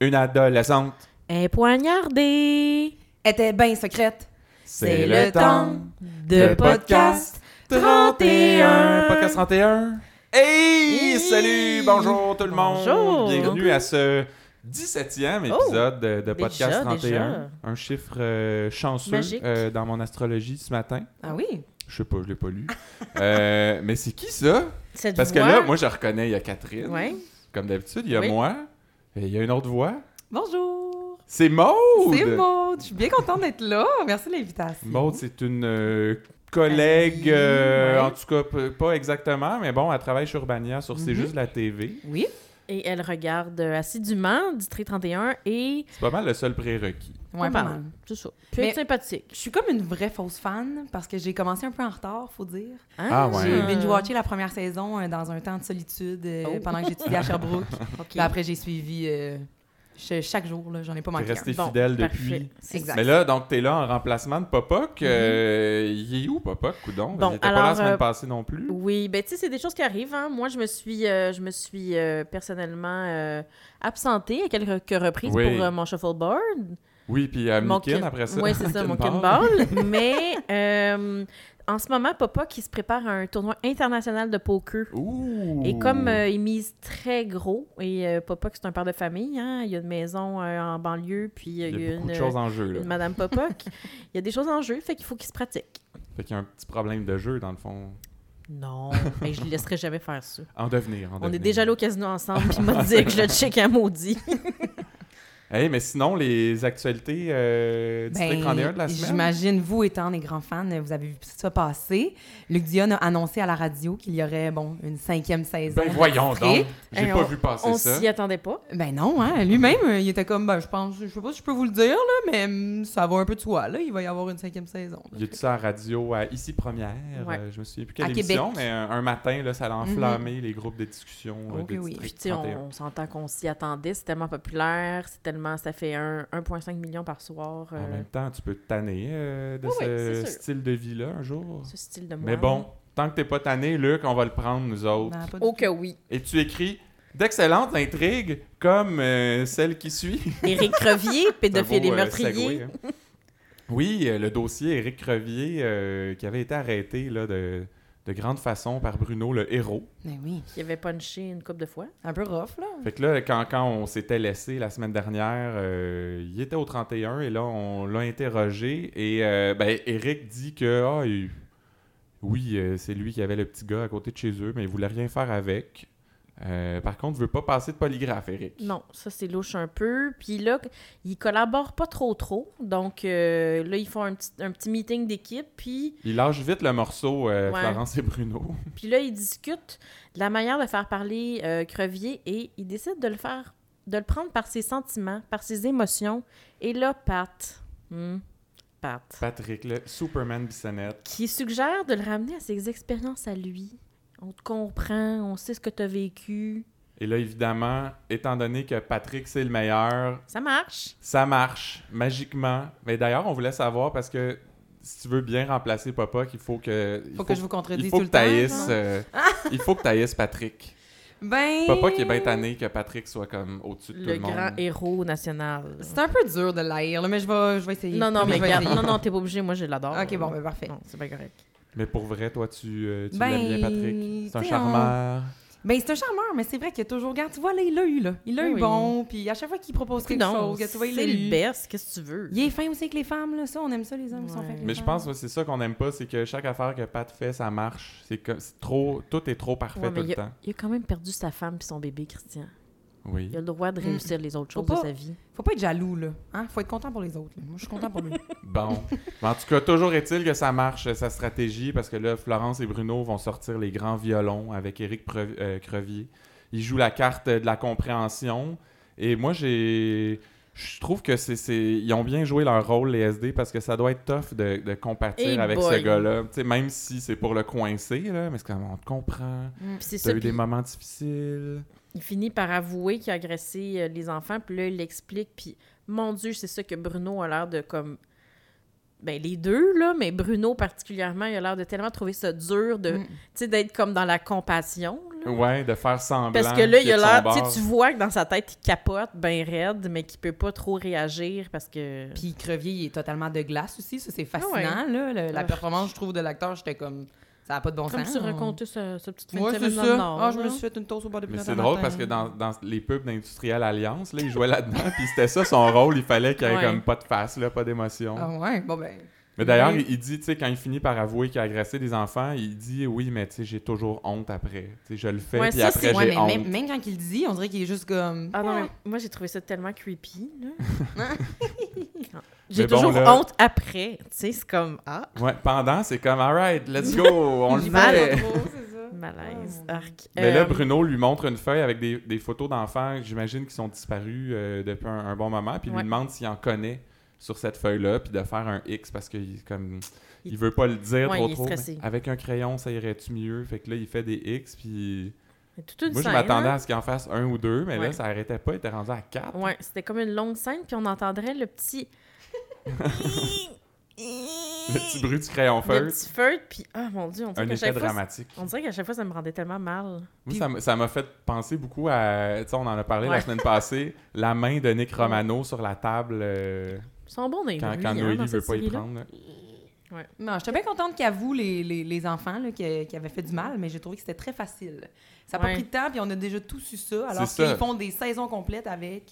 une adolescente. Et poignardé. était bien secrète. C'est le temps de podcast 31. Podcast 31. Hey! Hey! Salut! Bonjour tout le monde! Bonjour! Bienvenue à ce 17e Oh! épisode de, de Podcast Déjà, 31. déjà. Un chiffre euh, chanceux Magique. euh, dans mon astrologie ce matin. Ah oui? Je sais pas, je l'ai pas lu. Euh, mais c'est qui ça? Cette Parce que voix- là, moi, je reconnais, il y a Catherine. Ouais. Comme d'habitude, il y a Oui. moi. Et il y a une autre voix. Bonjour! C'est Maude! C'est Maud! Je suis bien contente d'être là. Merci de l'invitation. Maude, c'est une euh, collègue, euh, Ouais. en tout cas, p- pas exactement, mais bon, elle travaille sur Bania, sur C'est juste la TV. Oui? Et elle regarde euh, assidûment District 31 et. C'est pas mal le seul prérequis. Ouais, Pas pas mal. mal. C'est ça. Puis Mais- être sympathique. Je suis comme une vraie fausse fan parce que j'ai commencé un peu en retard, faut dire. Hein? Ah ouais. J'ai Ah. binge-watché la première saison euh, dans un temps de solitude euh, Oh. pendant que j'étudiais à Sherbrooke. Ok. Puis après, j'ai suivi euh, ch- chaque jour, là, j'en ai pas T'es manqué. resté Bon, fidèle parfait. depuis. C'est Exact. Mais là, donc, t'es là en remplacement de Popoc. Euh, Il est où, Popoc, coudon? Bon, il était pas alors, là la semaine euh, passée non plus. Oui, ben tu sais, c'est des choses qui arrivent. hein. Moi, je me suis, euh, je me suis euh, personnellement euh, absentée à quelques reprises Oui. pour euh, mon shuffleboard. Oui, puis à Mon Mikin kin- Euh, après ça. Oui, c'est ça, mon Kinball. kinball. Mais euh, en ce moment, Papa qui se prépare à un tournoi international de poker. Ouh! Et comme euh, il mise très gros, et euh, Papa, c'est un père de famille, hein, il y a une maison euh, en banlieue, puis euh, il il y a, beaucoup une, de choses en jeu, là. une Madame Papa. il y a des choses en jeu, fait qu'il faut qu'il se pratique. Fait qu'il y a un petit problème de jeu, dans le fond. Non, mais je ne laisserai jamais faire ça. En devenir, en On est devenir. déjà allés au casino ensemble, puis il m'a dit que je le check à maudit. Hey, mais sinon, les actualités euh, District Ben, 31 de la semaine. J'imagine, vous étant des grands fans, vous avez vu ça passer. Luc Dion a annoncé à la radio qu'il y aurait, bon, une cinquième saison. Ben voyons District. donc! J'ai Hey, pas vu passer On ça. s'y attendait pas. Ben non, hein, lui-même, euh, il était comme, ben je pense, je sais pas si je peux vous le dire, là, mais hum, ça va un peu de soi, là, il va y avoir une cinquième saison. là. Il y a tout ça à radio à Ici Première. Ouais. Mhm. euh, je me souviens plus quelle À émission, Québec. mais un, un matin, là, ça a enflammé les groupes de discussion euh, Ok, de oui. Puis, District tu sais, 31. on, on s'entend qu'on s'y attendait. C'est tellement populaire. C'est tellement. Ça fait un- 1,5 million par soir. euh, En même temps, tu peux te tanner euh, de Oui, ce oui, c'est sûr. style de vie-là un jour. ce style de moi. Mais bon, tant que t'es pas tanné, Luc, on va le prendre, nous autres. Ben, pas du- Oh que oui. Et tu écris d'excellentes intrigues comme euh, celle qui suit. Éric Crevier, C'est un pédophile et beau, euh, meurtrier. segway, hein. Oui, euh, le dossier Éric Crevier euh, qui avait été arrêté là, de, de grande façon par Bruno, le héros. Ben oui, qui avait punché une coupe de fois. un peu rough, là. Fait que là, quand, quand on s'était laissé la semaine dernière, euh, il était au 31 et là, on l'a interrogé. Et euh, ben, Éric dit que, ah, il- oui, euh, c'est lui qui avait le petit gars à côté de chez eux, mais il voulait rien faire avec. Euh, par contre, il veut pas passer de polygraphe, Éric. Non, ça c'est louche un peu. Puis là, ils collaborent pas trop trop. Donc euh, là, ils font un petit, un petit meeting d'équipe. Puis, Il lâche vite le morceau, euh, Ouais. Florence et Bruno. puis là, ils discutent de la manière de faire parler euh, Crevier et ils décident de le faire, de le prendre par ses sentiments, par ses émotions. Et là, Pat. hmm, Pat. Patrick, le Superman Bissonnette. qui suggère de le ramener à ses expériences à lui. On te comprend, on sait ce que tu as vécu. Et là, évidemment, étant donné que Patrick, c'est le meilleur, Ça marche. ça marche magiquement. Mais d'ailleurs, on voulait savoir parce que si tu veux bien remplacer Papa, qu'il faut que. il Faut, que je vous contredise il faut que tout le temps. t'haïsses, genre. euh, il faut que t'haïsses Patrick. Ben... Papa qui est bien tanné que Patrick soit comme au-dessus de tout Le, le, monde. grand héros national. C'est un peu dur de l'air, là, mais je vais, je vais essayer. Non, non, Je mais vais regarde, essayer. non, non, t'es pas obligé, moi je l'adore. Ok, bon, ben parfait. Non, c'est pas correct. Mais pour vrai, toi, tu, euh, tu Ben, l'aimes bien, Patrick. C'est un t'sais, on- charmeur. Ben, c'est un charmeur, mais c'est vrai qu'il y a toujours... Regarde, tu vois, là, il l'a eu, là. Il l'a Oui, eu oui. bon, puis à chaque fois qu'il propose quelque Donc, chose, que c'est tu vois, il l'a eu. le best, qu'est-ce que tu veux? Il est fin aussi avec les femmes, là, ça, on aime ça, les hommes qui sont Ouais. fins avec les Mais je femmes. pense que c'est ça qu'on n'aime pas, c'est que chaque affaire que Pat fait, ça marche. C'est que c'est trop, tout est trop parfait Ouais, mais tout le y temps. Il a quand même perdu sa femme puis son bébé, Christian. Oui. Il a le droit de Mm. réussir les autres Faut choses de pas- sa vie. Faut pas être jaloux, là. Hein? Faut être content pour les autres. là. Moi, je suis content pour lui. Bon. Mais en tout cas, toujours est-il que ça marche, euh, sa stratégie, parce que là, Florence et Bruno vont sortir les grands violons avec Éric Pre- euh, Crevier. Ils jouent la carte euh, de la compréhension. Et moi, j'ai. Je trouve que c'est, c'est- Ils ont bien joué leur rôle, les SD, parce que ça doit être tough de, de compatir Hey avec boy. ce gars-là. Tu sais, même si c'est pour le coincer, là, mais c'est comme on te comprend. Puis c'est T'as ça, eu des puis moments difficiles. il finit par avouer qu'il a agressé euh, les enfants, puis là, il l'explique, puis mon Dieu, c'est ça que Bruno a l'air de comme ben, les deux, là, mais Bruno particulièrement, il a l'air de tellement trouver ça dur de, Mm. tu sais, d'être comme dans la compassion. là. Ouais, de faire semblant. Parce que là, qu'il il a est de l'air, son tu bord. sais, tu vois que dans sa tête, il capote ben raide, mais qu'il peut pas trop réagir parce que. Puis Crevier, il est totalement de glace aussi. Ça, c'est fascinant, Ah là. Le- la Ah. performance, je trouve, de l'acteur, j'étais Euh. comme... Ça n'a pas de bon Comme sens. tu on- racontais ce, ce petit fin Ouais, de c'est semaine dans le ça. Nord, Ah, je me là. suis fait une toast au bord de Mais pinot c'est le drôle matin. parce que dans, dans les pubs d'Industrial Alliance, là, il jouait là-dedans, puis c'était ça son rôle, il fallait qu'il y ait Ouais. comme pas de face, là, pas d'émotion. Ah ouais? Bon, ben... Mais d'ailleurs, Oui. il, il dit, tu sais, quand il finit par avouer qu'il a agressé des enfants, il dit oui, mais tu sais, j'ai toujours honte après. Tu sais, je le fais, Ouais, puis ça, après, c'est- j'ai Ouais, mais honte. même, même quand il le dit, on dirait qu'il est juste comme... Ah non, mais moi j'ai trouvé ça tellement creepy. là. Mais j'ai bon, toujours là- honte après. Tu sais, c'est comme ah, Ouais, pendant, c'est comme, alright, let's go, on le Il va fait. malaise, Ah, mon arc. Mais là, Euh, Bruno lui montre une feuille avec des, des photos d'enfants, j'imagine, qui sont disparus euh, depuis un, un bon moment, puis il Ouais. lui demande s'il en connaît sur cette feuille-là, puis de faire un X parce qu'il comme il, veut pas le dire Ouais, trop il est trop. mais stressé. avec un crayon, ça irait-tu mieux Fait que là, il fait des X, puis toute une moi je scène, m'attendais hein. à ce qu'il en fasse un ou deux, mais là Ouais. ça arrêtait pas, il était rendu à quatre. Ouais, c'était comme une longue scène, puis on entendrait le petit. Le petit bruit du crayon Le feu, petit feu, puis ah mon dieu, on dirait un qu'à effet chaque fois. dramatique. On dirait qu'à chaque fois, ça me rendait tellement mal. Moi, ça m- ça m'a fait penser beaucoup à. Tu sais, on en a parlé la Ouais. semaine passée, la main de Nick Romano sur la table euh, Ils sont bons, les quand, bruits, quand hein, Noélie dans veut cette pas y série-là. prendre. là. Non, j'étais bien contente qu'à vous, les, les, les enfants, là, qui, qui avaient fait du mal, mais j'ai trouvé que c'était très facile. Ça n'a pas Ouais. pris de temps, puis on a déjà tout su ça, alors C'est ça. qu'ils font des saisons complètes avec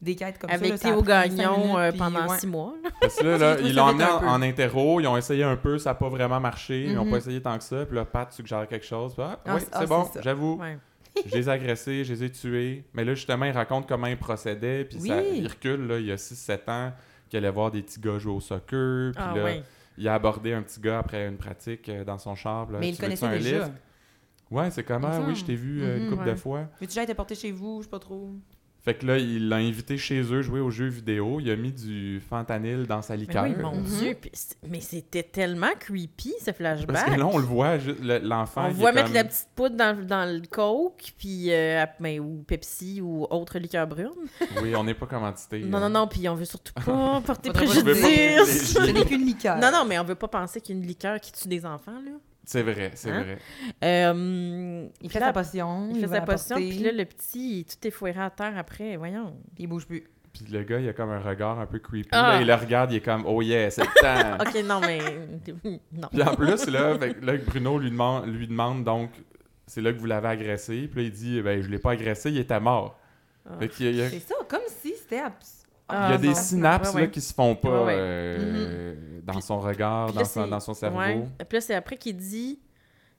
des quêtes comme ça. là, Avec ça a Théo pris cinq minutes, Gagnon euh, puis pendant ouais. six mois. là. Parce que là, là, J'ai trouvé ils ça l'ont emmené en, détente un en interro, ils ont essayé un peu, ça n'a pas vraiment marché, ils n'ont Mhm. pas essayé tant que ça. Puis là, Pat suggère quelque chose. puis, ah, Ah, oui, c'est- c'est ah, bon, c'est ça. j'avoue. Ouais. Je les ai agressés, je les ai tués. Mais là, justement, il raconte comment il procédait. Puis ça, Oui. il recule, là, il y a 6-7 ans, qu'il allait voir des petits gars jouer au soccer. Puis Ah là, ouais. il a abordé un petit gars après une pratique euh, dans son char. puis là, Mais Tu ils le veux-tu connaissaient un déjà. lift? Ouais, c'est comment? Il me Oui, semble. je t'ai vu euh, une Mhm, couple de ouais. fois. Mais tu déjà été porté chez vous, je sais pas trop. Fait que là, il l'a invité chez eux jouer aux jeux vidéo. Il a mis du fentanyl dans sa Mais liqueur. oui, mon Mhm. Dieu. puis c'est- Mais c'était tellement creepy, ce flashback. Parce que là, on le voit, ju- le- l'enfant. On il est voit mettre comme- la petite poudre dans, dans le coke, puis euh, à- ben, ou Pepsi ou autre liqueur brune. Oui, on n'est pas commandité. Non, non, non, puis on veut surtout pas porter Faudrait pas- préjudice. Ce n'est qu'une liqueur. Non, non, mais on veut pas penser qu'une liqueur qui tue des enfants, là. C'est vrai, c'est Hein? vrai. Euh, puis Il fait là, sa potion. il fait va sa la potion, porter, puis là, le petit, il est tout effouéré à terre après, voyons. puis il bouge plus. Puis le gars, il a comme un regard un peu creepy. Ah! Là, il le regarde, il est comme, oh yeah, c'est le temps. OK, non, mais... non. Puis en plus, là, fait que là, Bruno lui demande, lui demande donc, c'est là que vous l'avez agressé. Puis là, il dit, ben, je l'ai pas agressé, il était mort. Ah. Fait qu'il y a- il y a, C'est ça, comme si c'était... abs- il y Ah, a des non. synapses Ouais, ouais. là, qui se font pas Ouais, ouais. euh, dans son regard, Puis dans, là, son, c'est- dans son cerveau. Ouais. Puis là, c'est après qu'il dit...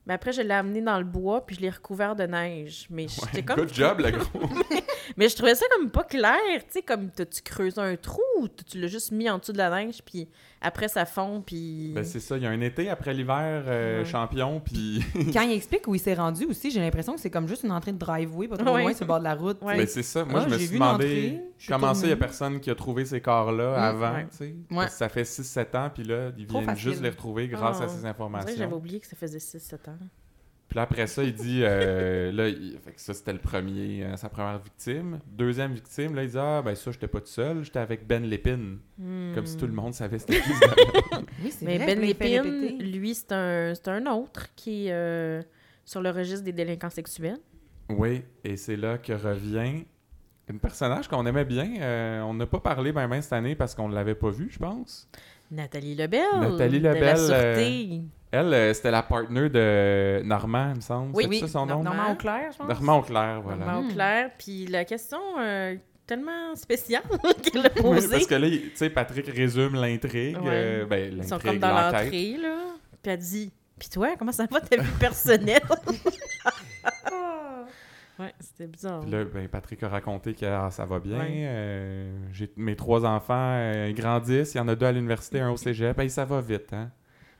Mais après, je l'ai amené dans le bois, puis je l'ai recouvert de neige. Mais j'étais Ouais, comme... Good job, le gros. Mais je trouvais ça comme pas clair, tu sais, comme t'as-tu creusé un trou ou t- tu l'as juste mis en dessous de la neige, puis après ça fond, puis... ben, c'est ça, il y a un été après l'hiver euh, Ouais. champion, puis Quand il explique où il s'est rendu aussi, j'ai l'impression que c'est comme juste une entrée de driveway, pas trop Ouais. loin, sur le bord de la route. Ouais. ben, c'est ça. Moi, Ah, je me j'ai suis vu demandé l'entrée, je suis comment ça, il y a tournée. personne qui a trouvé ces corps-là avant, ouais. tu sais. Ouais. Parce que Ça fait 6-7 ans, puis là, ils Trop viennent facile. juste les retrouver grâce Ah, à ces On dirait que j'avais informations. oublié que ça faisait 6-7 ans. Puis là, après ça, il dit, euh, là, il- fait que ça, c'était le premier, euh, sa première victime. Deuxième victime, là, il dit, ah, ben ça, j'étais pas tout seul, j'étais avec Ben Lépine. Comme si tout le monde savait c'était qui. ce gars-là. Oui, c'est Hmm. Mais vrai, Ben puis là, il fait Lépine, répéter. lui, c'est un, c'est un autre qui est euh, sur le registre des délinquants sexuels. oui, et c'est là que revient un personnage qu'on aimait bien. Euh, on n'a pas parlé ben ben cette année parce qu'on ne l'avait pas vu, je pense. Nathalie Lebel. Nathalie De la Lebel, euh, Sûreté. Elle Elle, euh, c'était la partner de Normand, il me semble. Oui, C'est oui, ça son nom? Normand. Normand Auclair, je pense. Normand Auclair, voilà. Normand Hmm. Auclair. Puis la question euh, tellement spéciale qu'elle a Oui, posée. parce que là, il- tu sais, Patrick résume l'intrigue. Ouais. euh, ben, Ils sont l'intrigue, comme dans l'enquête. l'entrée, là. Puis elle dit Puis toi, comment ça va ta vie personnelle Ouais, c'était bizarre. Puis là, ben, Patrick a raconté que ah, ça va bien. Ouais. euh, j'ai, mes trois enfants euh, ils grandissent. Il y en a deux à l'université, un au cégep. Ben, ça va vite. Hein?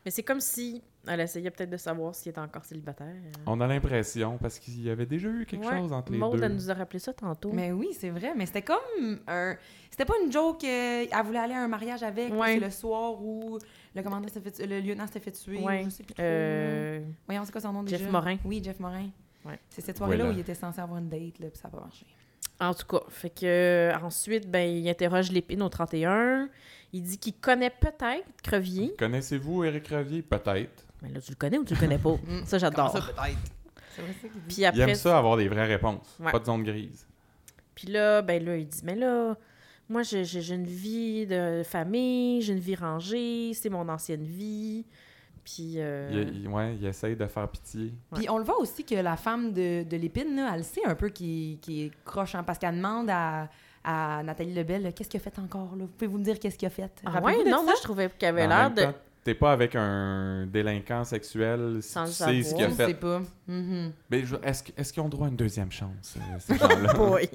Mais c'est comme si elle essayait peut-être de savoir s'il était encore célibataire. On a l'impression, parce qu'il y avait déjà eu quelque Mm. Ouais, chose entre les Maud, deux. elle nous a rappelé ça tantôt. Mais oui, c'est vrai, mais c'était comme un. C'était pas une joke. euh, elle voulait aller à un mariage avec. Ouais. puis C'est le soir où le commandant s'est fait, le lieutenant s'était fait tuer. Ouais. Je sais plus trop. Euh, Voyons, c'est quoi son nom Jeff déjà? Morin. Oui, Jeff Morin. Ouais. C'est cette soirée-là Voilà. où il était censé avoir une date, là, puis ça n'a pas marché. En tout cas, fait que euh, ensuite, ben, il interroge l'épine au 31. Il dit qu'il connaît peut-être Crevier. Connaissez-vous Éric Crevier? Peut-être. Mais là, tu le connais ou tu le connais pas? Mm. ça, Comment j'adore. ça, peut-être? C'est vrai ça qu'il dit. Puis Il aime après, ça avoir des vraies réponses. Ouais. Pas de zone grise. puis là, ben là, il dit, mais là, moi, j'ai j'ai- j'ai une vie de famille, j'ai une vie rangée, c'est mon ancienne vie. Puis, euh, Il, il- ouais, il essaye de faire pitié. Puis on le voit aussi que la femme de, de l'épine, là, elle sait un peu qui qui est croche, hein, parce qu'elle demande à, à Nathalie Lebel là, qu'est-ce qu'il a fait encore. Là? Vous pouvez vous me dire qu'est-ce qu'il a fait. ah Rappelez-vous ouais, de non, ça? moi, je trouvais qu'il avait Mais en l'air même de... temps, T'es pas avec un délinquant sexuel si Sans tu le sais ce savoir. qu'il a On sait fait. pas. Mhm. Mais je- est-ce que- est-ce qu'ils ont droit à une deuxième chance, euh, ces gens-là? Boy.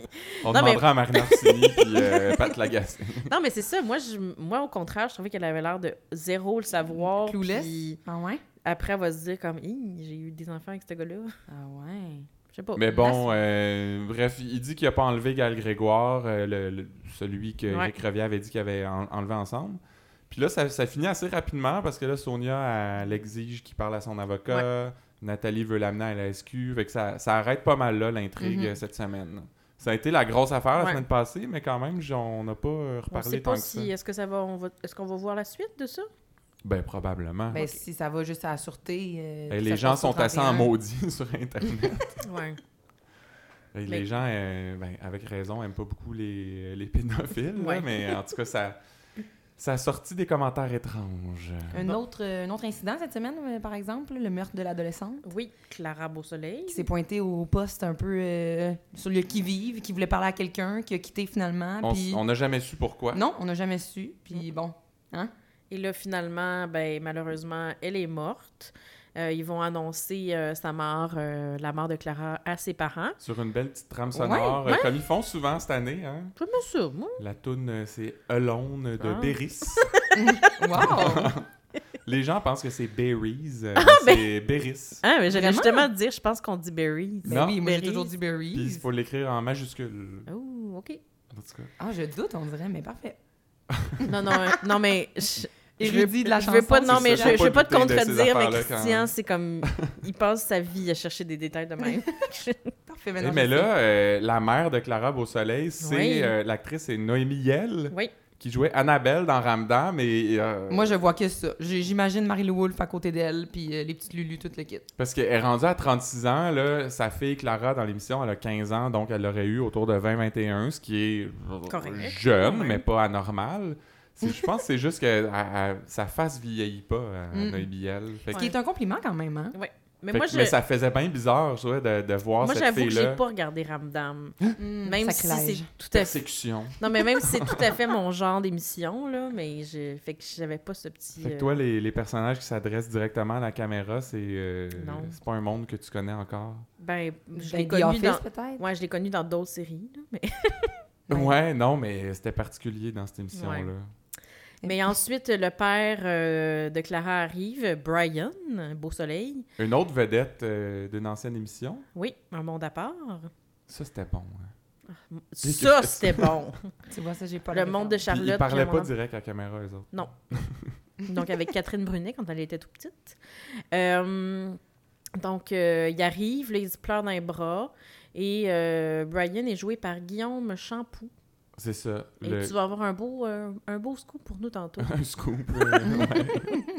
On Non, mais- demandera à Marine Orsini puis euh, Pat Lagacé. Non, mais c'est ça. Moi, je, moi, au contraire, je trouvais qu'elle avait l'air de zéro le savoir. Clueless. puis Ah ouais? après, elle va se dire comme, Hi, j'ai eu des enfants avec ce gars-là. Ah ouais. Je sais pas. Mais bon, euh, bref, il dit qu'il a pas enlevé Gal Grégoire, euh, le- le- celui que Ouais. Rick Revier avait dit qu'il avait en- enlevé ensemble. Puis là, ça, ça finit assez rapidement parce que là, Sonia, elle exige qu'il parle à son avocat. Nathalie veut l'amener à la SQ. Fait que ça, ça arrête pas mal là, l'intrigue Mhm. euh, cette semaine. Ça a été la grosse affaire la Ouais. semaine passée, mais quand même, j'en- on n'a pas euh, On reparlé sait tant pas que si. ça. Est-ce que ça va. on va- Est-ce qu'on va voir la suite de ça? Ben, probablement. Ben, si ça va juste à la sûreté. euh, Et puis Ben, les ça gens passe au sont assez en 31. maudit sur Internet. Ouais. Et Mais- Les gens, euh, ben, avec raison, aiment pas beaucoup les, euh, les pédophiles, là, Ouais. mais en tout cas, ça, ça a sorti des commentaires étranges. Ah, Un autre, euh, un autre incident cette semaine, euh, par exemple, le meurtre de l'adolescente Oui, Clara Beausoleil. qui s'est pointée au poste un peu euh, sur le qui-vive, qui voulait parler à quelqu'un, qui a quitté finalement. On s- puis... on n'a jamais su pourquoi. Non, on n'a jamais su. Puis bon, Et là, finalement, ben, malheureusement, elle est morte. Euh, ils vont annoncer euh, sa mort, euh, la mort de Clara à ses parents. Sur une belle petite trame sonore, Ouais, euh, comme ils font souvent cette année. hein. Je me sûr, moi. La toune, euh, c'est Alone de Ah. Berris. wow! les gens pensent que c'est Berries, euh, ben- c'est Berris. Ah, mais j'allais Vraiment? justement dire, je pense qu'on dit Berry. Ben Non. oui, moi j'ai Berries. toujours dit Puis il Berries. faut l'écrire en majuscule. Oh, OK. En tout cas. Ah, je doute, on dirait, mais parfait. Non, non, euh, non, mais. Je... je veux- Érudit de la je veux pas, chanson, non, c'est mais ça, je, faut je veux pas pas te douter de ces contredire, mais affaires-là quand- Christian, c'est comme. Il passe sa vie à chercher des détails de même. Parfait, Eh, maintenant. mais je sais. là, euh, la mère de Clara Beausoleil, c'est Oui. euh, l'actrice c'est Noémie Yel, Oui. qui jouait Annabelle dans Ramdam. Et, euh, Moi, je vois que ça. J'ai- J'imagine Marie-Lou Wolfe à côté d'elle, puis euh, les petites Lulu, tout le kit. Parce qu'elle est rendue à 36 ans, là, sa fille Clara dans l'émission, elle a 15 ans, donc elle aurait eu autour de 20-21, ce qui est Correct, jeune, quand même. mais pas anormal. C'est- Je pense que c'est juste que elle- elle- sa face vieillit pas euh, à Mm. Noémie Yel. Fait que- Ce qui est un compliment quand même, hein? Mais fait moi, que- je. mais ça faisait bien bizarre, je trouvais, de, de voir Moi, cette j'avoue que j'ai fille-là. pas regardé Ramdam. Mm, Même si sacrilège. c'est tout à fait. Persécution. Non, mais même si c'est tout à fait mon genre d'émission, là, mais je... fait que j'avais pas ce petit. Fait que euh, toi, les, les personnages qui s'adressent directement à la caméra, c'est euh, Non. c'est pas un monde que tu connais encore. Ben, je Ben, l'ai The connu Office, dans. peut-être? Ouais, je l'ai connu dans d'autres séries, là, mais... Ouais, Ben. Ouais. non, mais c'était particulier dans cette émission-là. mais ensuite, le père euh, de Clara arrive, Brian, Beau Soleil. Une autre vedette euh, d'une ancienne émission, Oui, un monde à part. ça c'était bon. hein. Ça, c'était bon. Tu vois, ça, j'ai pas Le la monde de référence. Puis Charlotte. ils parlaient puis pas le monde direct à la caméra, eux autres. en- Donc, avec Catherine Brunet quand elle était toute petite. Euh, donc, euh, il arrive, là, il se pleure dans les bras. Et euh, Brian est joué par Guillaume Champoux. C'est ça. Et le- Ah. tu vas avoir un beau, euh, un beau scoop pour nous tantôt. Un scoop. euh, ouais.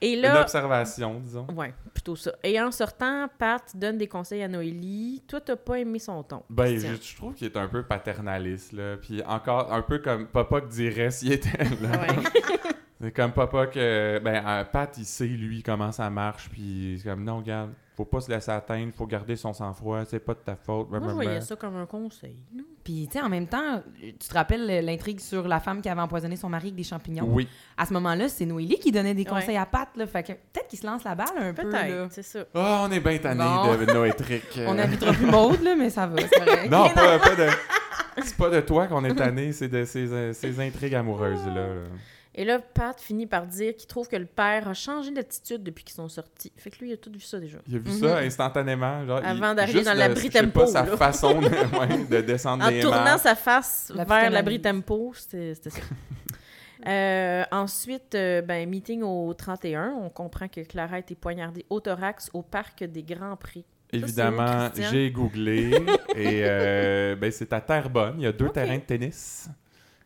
Et Une là. observation, disons. Ouais, plutôt ça. Et en sortant, Pat donne des conseils à Noélie. Toi, t'as pas aimé son ton. Ben, Christian. je, je trouve qu'il est un peu paternaliste, là. Puis encore, un peu comme Papa que dirait s'il était là. Ouais. C'est comme papa que. Ben, euh, Pat, il sait, lui, comment ça marche. Puis, c'est comme, non, regarde, faut pas se laisser atteindre, faut garder son sang-froid, c'est pas de ta faute. Moi, je blablabla. voyais ça comme un conseil. là. Puis, tu sais, en même temps, tu te rappelles euh, l'intrigue sur la femme qui avait empoisonné son mari avec des champignons? Oui. À ce moment-là, c'est Noélie qui donnait des Ouais. conseils à Pat, là. Fait que peut-être qu'il se lance la balle un peu, là. Peut-être, c'est ça. Ah, on est bien tanné Bon. de Noétric. On n'habitera plus Maude, là, mais ça va, c'est correct. Euh. Non, pas, pas de. C'est pas de toi qu'on est tanné, c'est de ces, euh, ces intrigues amoureuses-là. là. Et là, Pat finit par dire qu'il trouve que le père a changé d'attitude depuis qu'ils sont sortis. Fait que lui, il a tout vu ça déjà. Il a vu Mhm. ça instantanément. Genre, il- Mm-hmm. Avant d'arriver juste dans le- l'abri je sais pas, tempo, sa là. façon de, ouais, de descendre En des tournant marches. sa face La vers l'abri psychanalyse. tempo, c'était c'était ça. Euh, ensuite, euh, ben, meeting au 31, on comprend que Clara a été poignardée au thorax au parc des Grands Prix. Évidemment, Christian? j'ai googlé et euh, ben, c'est à Terrebonne. Il y a deux Ok. terrains de tennis.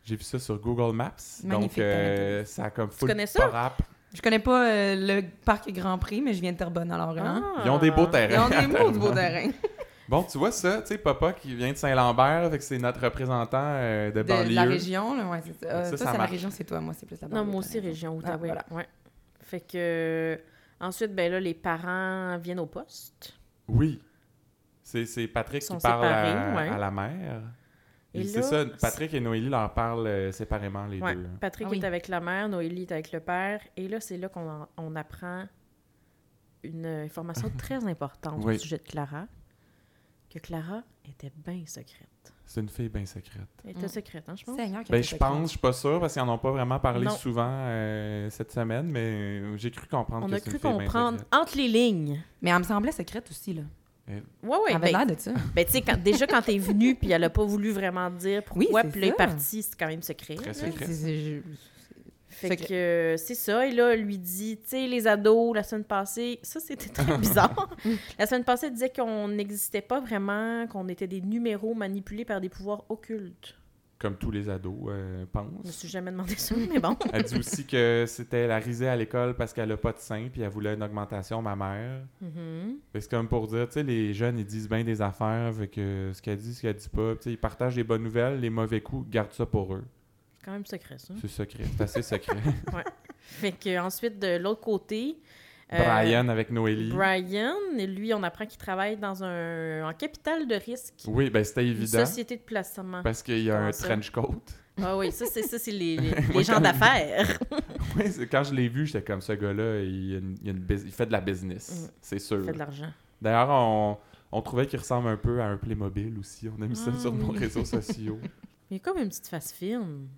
J'ai vu ça sur Google Maps. Donc, Magnifique terrain de euh, ça a comme full connais ça? pas rap. Je connais pas euh, le parc Grand Prix, mais je viens de Terrebonne, alors hein? Ils ont des beaux terres. Et terrains. on est beau du beau terrain. Bon, tu vois ça, tu sais, Papa qui vient de Saint-Lambert, fait que c'est notre représentant euh, de De, banlieue. la région, là, ouais, c'est ça. Euh, Ça, toi, ça c'est la marche. région, c'est toi. Moi, c'est plus la Non, banlieue, moi t'as aussi, raison. région Ah, Outaouais. voilà. ouais. Fait que. Ensuite, ben là, les parents viennent au poste. Oui. C'est c'est Patrick Ils sont qui parle à- séparés, à, ouais. la mère. Et C'est là, ça, Patrick et Noélie leur parlent euh, séparément, les Ouais, deux. hein. Patrick Ah oui. est avec la mère, Noélie est avec le père. Et là, c'est là qu'on en- on apprend une euh, information très importante au Oui. sujet de Clara. Que Clara était bien secrète. C'est une fille bien secrète. Elle était Mm. secrète, hein, je pense. Seigneur, quel Ben, je secret. pense, je suis pas sûr, parce qu'ils n'en ont pas vraiment parlé Non. souvent euh, cette semaine, mais euh, j'ai cru comprendre On que a c'est une cru fille bien comprendre secrète. entre les lignes. Mais elle me semblait secrète aussi, là. Ouais, Elle ouais. avait Ben, l'air de ça. ben, tu sais, quand- déjà quand t'es venue, puis elle a pas voulu vraiment dire Oui, pourquoi, c'est puis là, elle est ça. partie, c'est quand même secret. Très là. secret. C'est- c'est- je- Fait Secret. que euh, c'est ça. Et là, elle lui dit, tu sais, les ados, la semaine passée, ça c'était très bizarre. la semaine passée, elle disait qu'on n'existait pas vraiment, qu'on était des numéros manipulés par des pouvoirs occultes. Comme tous les ados euh, Je me pensent. suis jamais demandé ça, mais bon. Elle dit aussi que c'était la risée à l'école parce qu'elle a pas de sein, puis elle voulait une augmentation, ma mère. Mhm. Fait que C'est comme pour dire, tu sais, les jeunes, ils disent bien des affaires, fait que ce qu'elle dit, ce qu'elle dit pas. Tu sais, ils partagent les bonnes nouvelles, les mauvais coups, gardent ça pour eux. C'est quand même secret, ça. C'est secret, c'est assez secret. Fait que ensuite, de l'autre côté... euh, Brian avec Noélie. Brian, lui, on apprend qu'il travaille dans un en capital de risque. Oui, ben c'était Une évident, société de placement. parce qu'il y a Comment un ça? trench coat. Ah oui, ça, c'est ça, c'est les, les- Moi, les gens quand- d'affaires. Oui, c'est- quand je l'ai vu, j'étais comme ce gars-là, il, a une- il a une bus- il fait de la business, Mm. c'est sûr. Fait de l'argent. D'ailleurs, on, on trouvait qu'il ressemble un peu à un Playmobil aussi. On a mis ça Ah, sur nos oui. réseaux sociaux. Il y a comme une petite face fine.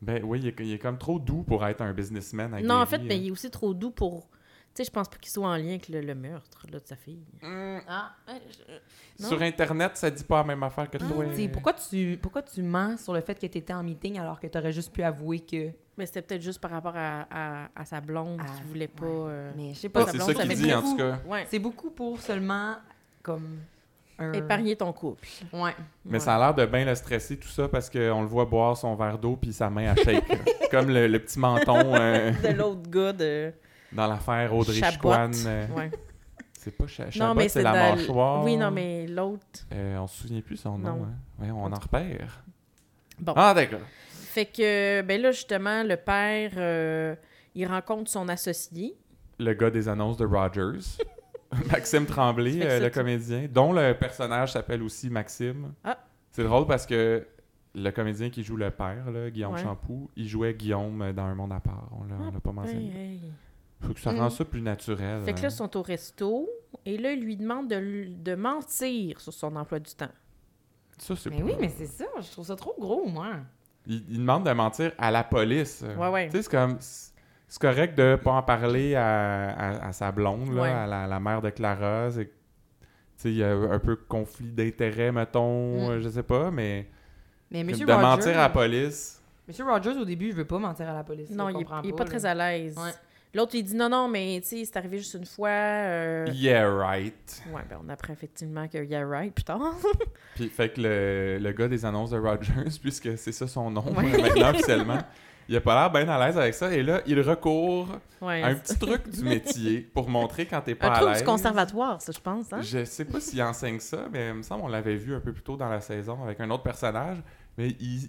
Ben oui, il est, il est comme trop doux pour être un businessman. Non, en fait, aguerri, mais hein. il est aussi trop doux pour. Tu sais, je pense pas qu'il soit en lien avec le, le meurtre là, de sa fille. mm, Ah, non? Ah, Sur Internet, ça dit pas la même affaire que toi. Dis, pourquoi tu, pourquoi tu mens sur le fait que tu étais en meeting alors que tu aurais juste pu avouer que. Mais c'était peut-être juste par rapport à, à- à sa blonde Ah, qui voulait pas. ouais. euh, Mais je sais Ben, pas, Ah, c'est blonde, ça ça qu'il fait dit, en beaucoup- tout cas. ouais. C'est beaucoup pour seulement comme. Un... Épargner ton couple. Ouais. Mais ça a l'air de bien le stresser, tout ça, parce qu'on le voit boire son verre d'eau puis sa main à shake. là. Comme le, le petit menton euh, De l'autre gars de. dans l'affaire Audrey Chabot. Chicoine. euh, Ouais. C'est pas cha Non, Chabot, mais c'est c'est la dans- mâchoire. Oui, non, mais l'autre. Euh, on se souvient plus son nom. Non. hein. Voyons, on en repère. Bon. Ah, d'accord. Fait que, ben là, justement, le père, euh, il rencontre son associé. Le gars des annonces de Rogers. Maxime Ça Tremblay, fait que euh, ça, le tu- comédien, dont le personnage s'appelle aussi Maxime. Ah. C'est drôle parce que le comédien qui joue le père, là, Guillaume Ouais. Champoux, il jouait Guillaume dans Un monde à part. On l'a, on l'a pas mentionné. Hey, hey. Je trouve que ça Mm. rend ça plus naturel. Fait que là, hein. ils sont au resto. Et là, il lui demande de, l- de mentir sur son emploi du temps. hein. Ça, c'est Mais oui, pas- mais c'est ça. Je trouve ça trop gros, moi. Il, il demande de mentir à la police. Ouais, ouais. Tu sais, c'est comme... c'est- C'est correct de pas en parler à, à- à sa blonde, là, Ouais. à la, la mère de Clara. C'est- Tu sais, il y a un peu conflit d'intérêt, mettons, Mm. euh, je sais pas, mais... Mais Comme Monsieur de Rogers. mentir à la police. Monsieur Rogers, au début, je veux pas mentir à la police. Non, je il est, comprends il est pas là. très à l'aise. Ouais. L'autre, il dit non, non, mais tu sais, c'est arrivé juste une fois. euh, Yeah, right. Ouais, ben on apprend effectivement que yeah, right, plus tard. Puis, fait que le, le gars des annonces de Rogers, puisque c'est ça son nom Ouais. euh, maintenant officiellement, il a pas l'air bien à l'aise avec ça. Et là, il recourt Ouais. à un petit truc du métier pour montrer quand t'es Un pas à truc l'aise. du conservatoire, ça, je pense. Hein? Je sais pas s'il enseigne ça, mais il me semble qu'on l'avait vu un peu plus tôt dans la saison avec un autre personnage. Mais il,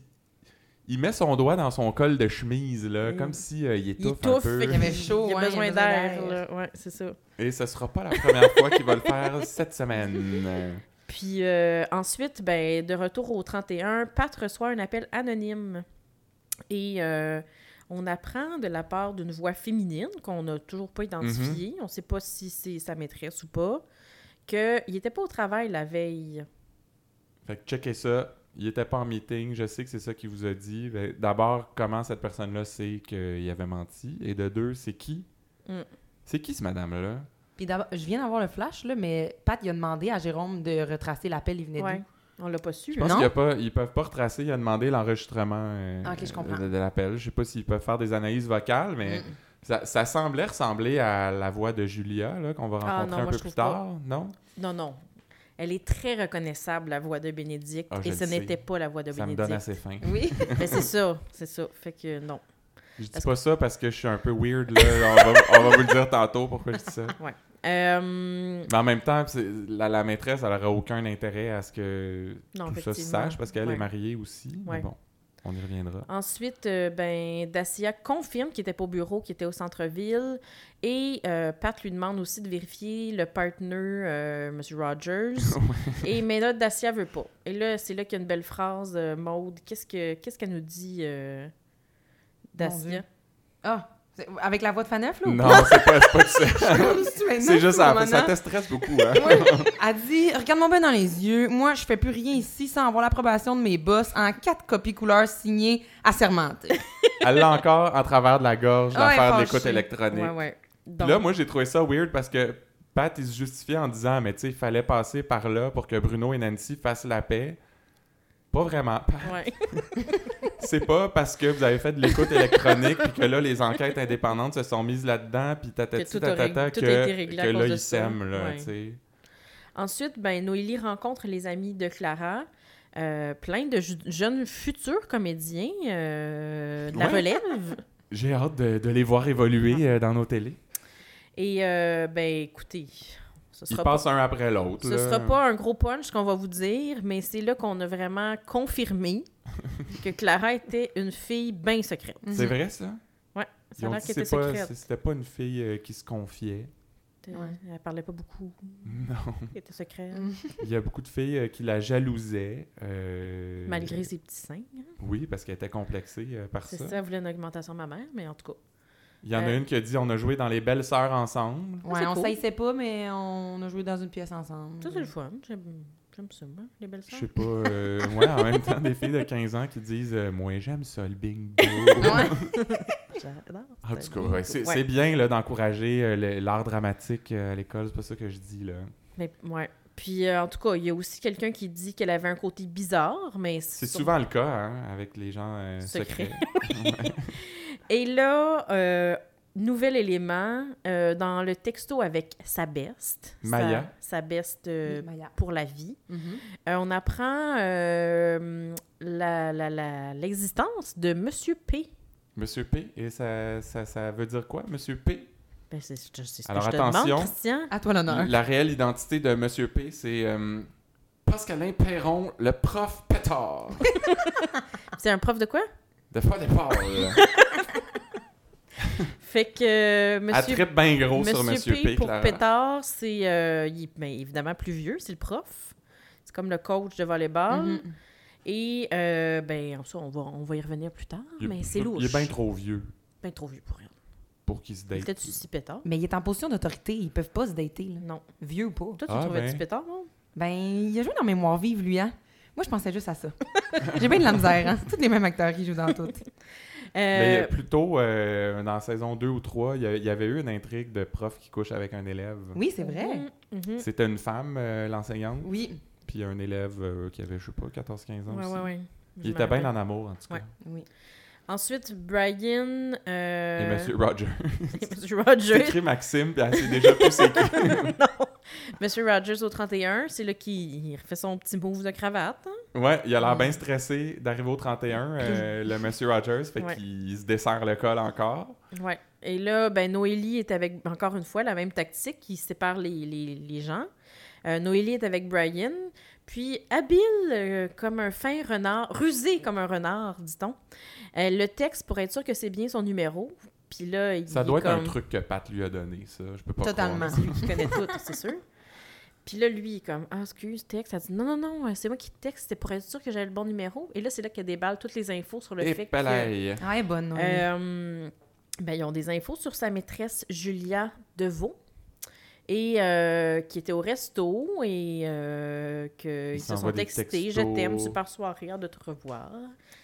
il met son doigt dans son col de chemise, là, Mm. comme si euh, il Il étouffe un touffe, peu. fait qu'il avait chaud, Il a ouais, besoin d'air, là. Ouais, c'est ça. Et ce sera pas la première fois qu'il va le faire cette semaine. Puis euh, ensuite, ben, de retour au 31, Pat reçoit un appel anonyme. Et euh, on apprend de la part d'une voix féminine qu'on n'a toujours pas identifiée, Mm-hmm. on ne sait pas si c'est sa maîtresse ou pas, qu'il n'était pas au travail la veille. Fait que checkez ça. Il était pas en meeting. Je sais que c'est ça qu'il vous a dit. Ben, D'abord, comment cette personne-là sait qu'il avait menti. Et de deux, c'est qui? Mm. C'est qui, ce madame-là? Puis d'abord, je viens d'avoir le flash, là, mais Pat, il a demandé à Jérôme de retracer l'appel, il venait Ouais. d'où? On l'a pas su. Je pense Non. qu'il y a pas, ils peuvent pas retracer. Il a demandé l'enregistrement euh, Ah, ok, je comprends. de, de l'appel. Je sais pas s'ils peuvent faire des analyses vocales, mais Mm. Ça, ça semblait ressembler à la voix de Julia, là, qu'on va rencontrer Ah, non, un moi, peu je plus trouve pas. tard, non? Non, non. Elle est très reconnaissable, la voix de Bénédicte, Ah, je et le ce sais. n'était pas la voix de Ça me Bénédicte. donne assez faim. Oui. Mais c'est ça, c'est ça. Fait que non. Je dis Parce pas ça parce que je suis un peu weird, là. on, va, on va vous le dire tantôt pourquoi je dis ça. Euh, Mais en même temps, c'est- la, la maîtresse, elle n'aurait aucun intérêt à ce que non, tout ça se effectivement. sache parce qu'elle Ouais. est mariée aussi. Mais Ouais. bon, on y reviendra. Ensuite, euh, ben, Dacia confirme qu'il était pas au bureau, qu'il était au centre-ville. Et euh, Pat lui demande aussi de vérifier le partner, euh, M. Rogers. et, mais là, Dacia veut pas. Et là, c'est là qu'il y a une belle phrase, euh, Maude. Qu'est-ce que- qu'est-ce qu'elle nous dit, euh, Dieu. Dacia? Ah, c'est- avec la voix de Faneuf, là? ou Non, c'est pas, c'est pas ça. pas? Comme si tu maintenant, C'est juste, ça, maintenant. ça te stresse beaucoup, hein? Ouais. Elle dit Regarde-moi bien dans les yeux. Moi, je fais plus rien ici sans avoir l'approbation de mes boss en quatre copies couleurs signées assermentées. Elle l'a encore en travers de la gorge, Ouais, l'affaire de fâchée. l'écoute électronique. Ah Ouais, ouais. Puis Donc, Là, moi, j'ai trouvé ça weird parce que Pat, il se justifiait en disant, mais tu sais, il fallait passer par là pour que Bruno et Nancy fassent la paix. Pas vraiment. Pat. ouais. C'est pas parce que vous avez fait de l'écoute électronique puis que là, les enquêtes indépendantes se sont mises là-dedans puis Que tatati tout a tatata rég- que, tout a été réglé à que cause là, de ils ça. s'aiment, là, Ouais. tu sais. Ensuite, ben, Noélie rencontre les amis de Clara, euh, plein de ju- jeunes futurs comédiens euh, de la Ouais. relève. J'ai hâte de, de les voir évoluer euh, dans nos télés. Et, euh, ben, écoutez, ce Ils sera pas... passent euh, un après l'autre. Ce là. sera pas un gros punch qu'on va vous dire, mais c'est là qu'on a vraiment confirmé que Clara était une fille bien secrète. C'est vrai, ça? Ça a Ils ont l'air dit, qu'elle était c'est pas- secrète. c'est- C'était pas une fille euh, qui se confiait. Euh, Elle parlait pas beaucoup. Non. Elle était secrète. Il y a beaucoup de filles euh, qui la jalousaient. euh, Malgré ses petits seins. hein. Oui, parce qu'elle était complexée euh, par C'est ça. ça, elle voulait une augmentation mammaire, mais en tout cas. Il y en a Euh. une qui a dit on a joué dans les belles sœurs ensemble. Ouais, C'est on cool. s'haïssait pas, mais on a joué dans une pièce ensemble. Ça, c'est le fun. J'aime j'aime ça, moi, les belles Je sœurs. sais pas. euh, ouais, en même temps, des filles de 15 ans qui disent euh, moi j'aime ça le bingo. Ouais. Euh, J'adore. En tout ça. cas, ouais, c'est Ouais. c'est bien là, d'encourager euh, le- l'art dramatique euh, à l'école, c'est pas ça que je dis là. Mais, ouais. Puis, euh, en tout cas, il y a aussi quelqu'un qui dit qu'elle avait un côté bizarre, mais C'est sur- souvent le cas hein, avec les gens euh, Secret. secrets. Et là, euh, nouvel élément, euh, dans le texto avec sa best. sa- Maya. Sa, best euh, Maya. pour la vie. Mhm. Euh, on apprend euh, la- la- la- l'existence de Monsieur P. Monsieur P, et ça, ça, ça veut dire quoi, Monsieur P? Ben, c'est c'est- c'est ce que Alors, je te demande, attention. Christian. À toi l'honneur. La réelle identité de Monsieur P, c'est euh, Pascalin Perron, le prof pétard C'est un prof de quoi? de Folle et Paul. Fait que euh, Elle Monsieur tripe bien gros sur Monsieur Monsieur P, P, pour Clara. Pétard, c'est euh, il est ben, évidemment plus vieux, c'est le prof. C'est comme le coach de Mm-hmm. volleyball. Mhm. Et euh, ben en soi, on va, on va y revenir plus tard, Il est- mais c'est il- louche. Il est bien trop Ben, vieux Ben trop vieux pour rien. pour qu'il se date. Peut-être si pétard. Mais il est en position d'autorité. Ils peuvent pas se dater, là. Non. Vieux ou pas. Toi, tu Ah, trouvais tu ben. pétard, non? Ben, il a joué dans Mémoire vive, lui, hein. Moi, je pensais juste à ça. J'ai bien de la misère, hein. C'est tous les mêmes acteurs qui jouent dans tout. Mais Euh, plutôt euh, dans la saison 2 ou 3, il y, avait- il y avait eu une intrigue de prof qui couche avec un élève. Mm. Oui, c'est vrai. mhm, mhm. C'était une femme, euh, l'enseignante, Oui, puis un élève euh, qui avait, je sais pas, 14-15 ans Ouais, aussi. ouais, ouais. Je Il me était bien rappelle. en amour, en tout cas. Ouais. oui. Ensuite, Brian. euh, Et Monsieur Roger. et Monsieur J'ai Rogers. écrit Maxime, puis elle sait déjà plus c'est qui. non. Monsieur Rogers au 31, c'est là qu'il fait son petit move de cravate. hein. Ouais, il a l'air Mm. bien stressé d'arriver au 31, euh, le Monsieur Rogers, fait Ouais. qu'il se desserre le col encore. Ouais. Et là, ben, Noélie est avec, encore une fois, la même tactique. Il sépare les, les, les gens. Euh, Noélie est avec Brian. Puis, habile euh, comme un fin renard, rusé comme un renard, dit-on. Euh, le texte pour être sûr que c'est bien son numéro. Puis là, il Ça est doit être un comme- truc que Pat lui a donné, ça. Je peux pas Totalement. croire. C'est lui qui connaît tout, c'est sûr. Puis là, lui, il est comme, ah, excuse, texte. Elle dit, non, non, non, euh, c'est moi qui te texte, c'était pour être sûr que j'avais le bon numéro. Et là, c'est là qu'elle déballe toutes les infos sur le Et fait que. palais. Ah, elle est bonne, oui. Euh, ben, ils ont des infos sur sa maîtresse Julia Deveau. Et euh, qui était au resto et euh, qu'ils Ils se sont s'envoient des textés. textos. Je t'aime, super soirée, hâte de te revoir.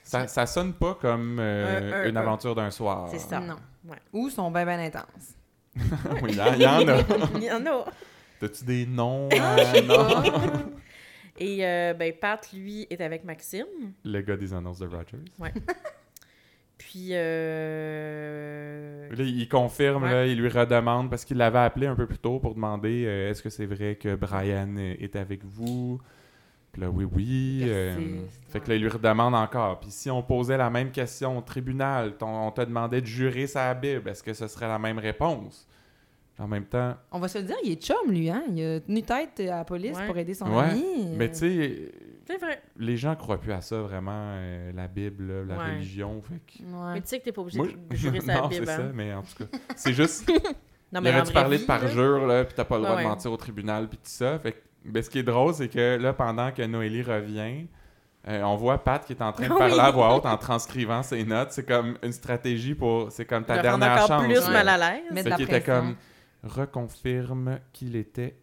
Ça, ça sonne pas comme euh, Un- un- une un. aventure d'un soir. C'est ça. Non. Ouais. Ou sont bien, bien intenses. Oui, il y, en- il y en a. Il y en a. T'as-tu des noms? Ah, sais euh, non? Et euh, ben, Pat, lui, est avec Maxime. Le gars des annonces de Rogers. Puis. euh, Là, il confirme, Ouais. là, il lui redemande parce qu'il l'avait appelé un peu plus tôt pour demander euh, est-ce que c'est vrai que Brian euh, est avec vous Puis là, oui, oui. Merci. euh, fait que là, il lui redemande encore. Puis si on posait la même question au tribunal, ton- on te demandait de jurer sa Bible, est-ce que ce serait la même réponse En même temps, On va se le dire, il est chum, lui, hein? Il a tenu tête à la police Ouais. pour aider son Ouais. ami. Mm. mais tu sais, C'est vrai. les gens croient plus à ça vraiment, euh, la Bible, là, la Ouais. religion. Fait que- Mais tu sais que t'es pas obligé Moi, de- de jurer sa non, Bible. c'est hein. ça, mais en tout cas, c'est juste Non, Il aurait dans dû la vraie parler de vie, là, parjure, là, puis t'as pas le Ouais, droit ouais. de mentir au tribunal, puis tout ça. Fait que- ben, ce qui est drôle, c'est que là, pendant que Noélie revient, euh, on voit Pat qui est en train de Oui. parler à voix haute en transcrivant ses notes. C'est comme une stratégie pour. C'est comme ta de rendre dernière encore chance. plus là. mal à l'aise. Mais- Fait de la qu'il était pression. comme. Reconfirme qu'il était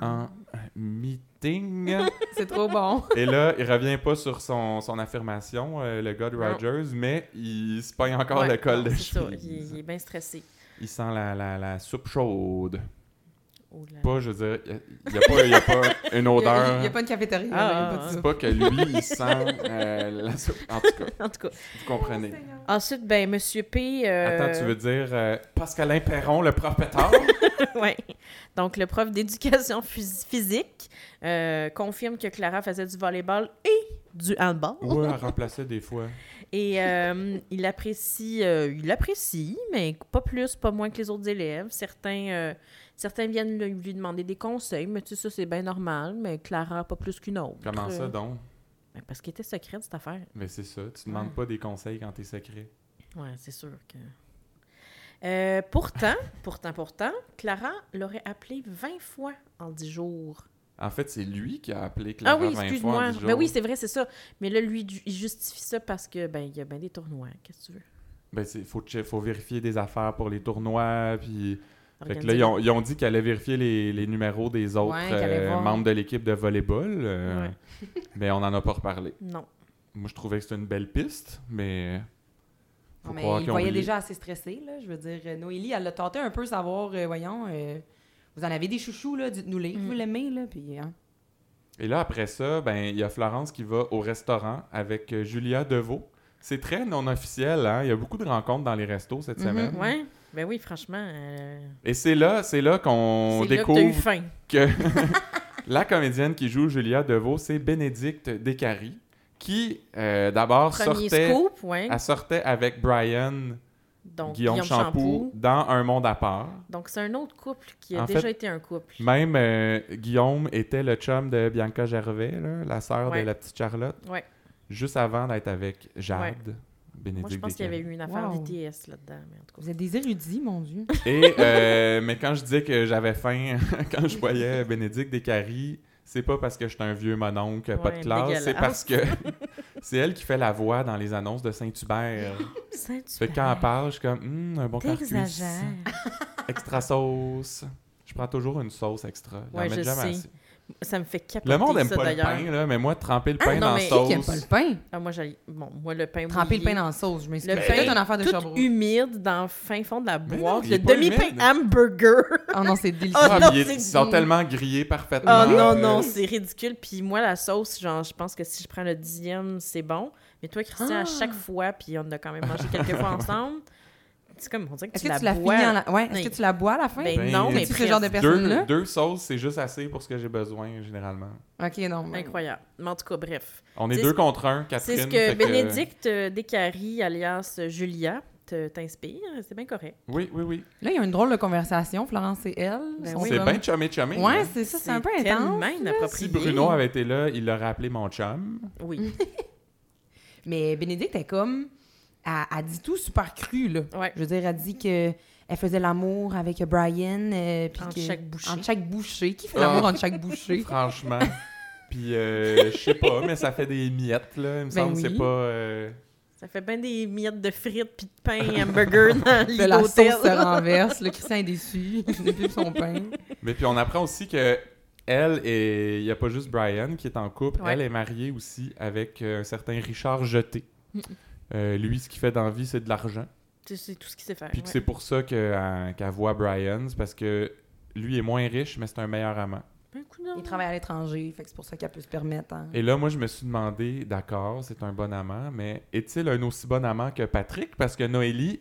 en euh, meeting. C'est trop bon. Et là, il revient pas sur son, son affirmation, euh, le gars de Non. Rogers, mais il se peigne encore Ouais, le col de c'est ça, chemise. Il, il est bien stressé. Il sent la- la- la soupe chaude. Oh là là. pas, je veux dire, il n'y a, pas- y a pas une Il n'y a, odeur. il y a pas de cafétéria. Ah, là, il y a ah, pas de ah. ça. C'est pas que lui, il sent euh, la soupe. En tout cas, En tout cas. vous ah. Oh, comprenez. Ensuite, ben, Monsieur P. euh, Attends, tu veux dire euh, Pascalin Perron, le prof pétard? euh, ouais. Donc, le prof d'éducation phys- physique euh, confirme que Clara faisait du volleyball et du handball. ouais, elle remplaçait des fois. Et euh, il apprécie, euh, il apprécie, mais pas plus, pas moins que les autres élèves. Certains, euh, certains viennent lui- lui demander des conseils, mais tu sais, ça, c'est bien normal, mais Clara, pas plus qu'une autre. Comment ça Euh, donc? ben, Parce qu'il était secret, cette affaire. Mais c'est ça, tu demandes Ouais. pas des conseils quand t'es secret. Ouais, c'est sûr que. Euh, pourtant, pourtant, pourtant, Clara l'aurait appelé 20 fois en 10 jours. En fait, c'est lui qui a appelé Clara Ah oui, 20 fois en excuse-moi. 10 Ben jours. oui, c'est vrai, c'est ça. Mais là, lui, du- il justifie ça parce que ben il y a bien des tournois. Qu'est-ce que tu veux? Ben, c'est- faut, che- faut vérifier des affaires pour les tournois, puis... Fait que Organiser- là, ils ont, ils ont dit qu'elle allait vérifier les, les numéros des autres Ouais, qu'elle allait euh, voir. membres de l'équipe de volleyball, euh, Ouais. mais on n'en a pas reparlé. Non. Moi, je trouvais que c'était une belle piste, mais. Faut Non, mais croire il qu'ils ont voyait oublié. déjà assez stressé, là. Je veux dire, euh, Noélie, elle l'a tenté un peu savoir, euh, voyons, euh, vous en avez des chouchous, là, dites-nous les, Mm. vous l'aimez, là, puis... hein. Et là, après ça, ben, il y a Florence qui va au restaurant avec euh, Julia Deveau. C'est très non officiel, hein? Il y a beaucoup de rencontres dans les restos cette Mhm. semaine. Mm. Ouais. Ben oui, franchement. euh, Et c'est là, c'est là qu'on c'est là que t'as eu découvre faim. que la comédienne qui joue Julia Deveau, c'est Bénédicte Descaries, qui euh, d'abord Premier sortait, scoop, ouais. elle sortait avec Brian Donc, Guillaume, Champoux dans Un monde à part. Donc, c'est un autre couple qui a En déjà fait- été un couple. Même euh, Guillaume était le chum de Bianca Gervais, là, la sœur Ouais. de la petite Charlotte, Ouais. juste avant d'être avec Jade. Moi, je Bénédicte pense qu'il y avait Descaries. eu une affaire Wow. d'ITS là-dedans, mais en tout Vous cas. êtes des érudits, mon Dieu. Et, euh, mais quand je disais que j'avais faim, quand je voyais Bénédicte Descaries, c'est pas parce que j'étais un vieux mononcle, pas de Ouais, classe, c'est dégueulasse. parce que c'est elle qui fait la voix dans les annonces de Saint-Hubert. Fait que quand elle parle, je suis comme, Hum, un bon carcuisse, T'exagères. extra sauce. Je prends toujours une sauce extra. J'en Ouais, mets je jamais sais. assez. Ça me fait capoter, Le monde aime ça, pas le d'ailleurs. Ah pain, là, mais moi, tremper le pain non, dans mais- Qui sauce. qui aime pas le pain? Ah, moi, j'allais... Bon, moi, le pain Tremper le mouillé. pain dans la sauce, je m'excuse. Le C'est pain peut-être une affaire de tout Sherbrooke. humide dans le fin fond de la Mais boîte. non, il le est pas demi-pain humide. hamburger. Oh non, c'est délicieux. Ah, Ah, non, mais ils- c'est ils sont du- tellement grillés parfaitement. Oh non, là. non, c'est ridicule. Puis moi, la sauce, genre, je pense que si je prends le dixième, c'est bon. Mais toi, Christian, à Ah! chaque fois, puis on en a quand même mangé quelques fois ensemble, c'est comme, on dirait que Est-ce tu, que la tu l'as bois. fini en la... Ouais, est-ce Mais- que tu la bois à la fin? Ben Ben, non, mais c'est-tu ce genre de presque. personne-là? Deux, deux sauces, c'est juste assez pour ce que j'ai besoin, généralement. Ok, non. ben- Incroyable. Mais en tout cas, bref. On est, C'est deux ce- contre un, Catherine. C'est ce que fait Bénédicte euh, Descaries, alias Julia, te- t'inspire. C'est bien correct. Oui, oui, oui. Là, il y a une drôle de conversation, Florence et elle. Ben sont oui. C'est comme- bien hein. chummy chummy. Ouais, là. c'est ça, c'est un peu tellement intense. inapproprié. Si Bruno avait été là, il l'aurait appelé mon chum. Oui, Mais Bénédicte est comme. Elle, elle dit tout super cru, là. ouais. Je veux dire, elle dit que elle faisait l'amour avec Brian. euh, puis Entre que- chaque bouchée. Entre chaque bouchée. Qui fait Ah. l'amour entre chaque bouchée? Franchement. Puis, euh, je sais pas, mais ça fait des miettes, là. Il me Ben semble que c'est oui. pas. euh, Ça fait bien des miettes de frites puis de pain hamburger dans Puis la sauce l'hôtel. se renverse. Le Christian est déçu. Il n'a plus son pain. Mais puis on apprend aussi que elle et il n'y a pas juste Brian qui est en couple, Ouais. elle est mariée aussi avec euh, un certain Richard Jeté. Euh, lui, ce qu'il fait dans la vie, c'est de l'argent. C'est- C'est tout ce qu'il sait faire. Puis que ouais. c'est pour ça que, euh, qu'elle voit Brian, c'est parce que lui est moins riche, mais c'est un meilleur amant. Un coup là. Il travaille à l'étranger, fait que c'est pour ça qu'elle peut se permettre. hein. Et là, moi, je me suis demandé, d'accord, c'est un bon amant, mais est-il un aussi bon amant que Patrick? Parce que Noélie,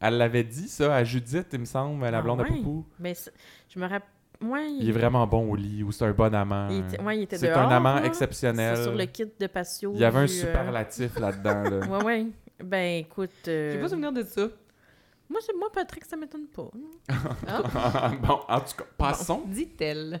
elle l'avait dit, ça, à Judith, il me semble, à la Ah blonde à ouais? Poupou. Mais c'est- je me rappelle. Ouais, Il est vraiment bon au lit, ou c'est un bon amant. il était, ouais, il était C'est dehors, un amant là. exceptionnel. C'est sur le kit de patio. Il y avait un du, euh, superlatif là-dedans. là. Ouais, ouais. Ben, écoute. euh, J'ai pas souvenir de ça. moi, c'est- moi, Patrick, ça m'étonne pas. bon, en tout cas, passons. Dit-elle.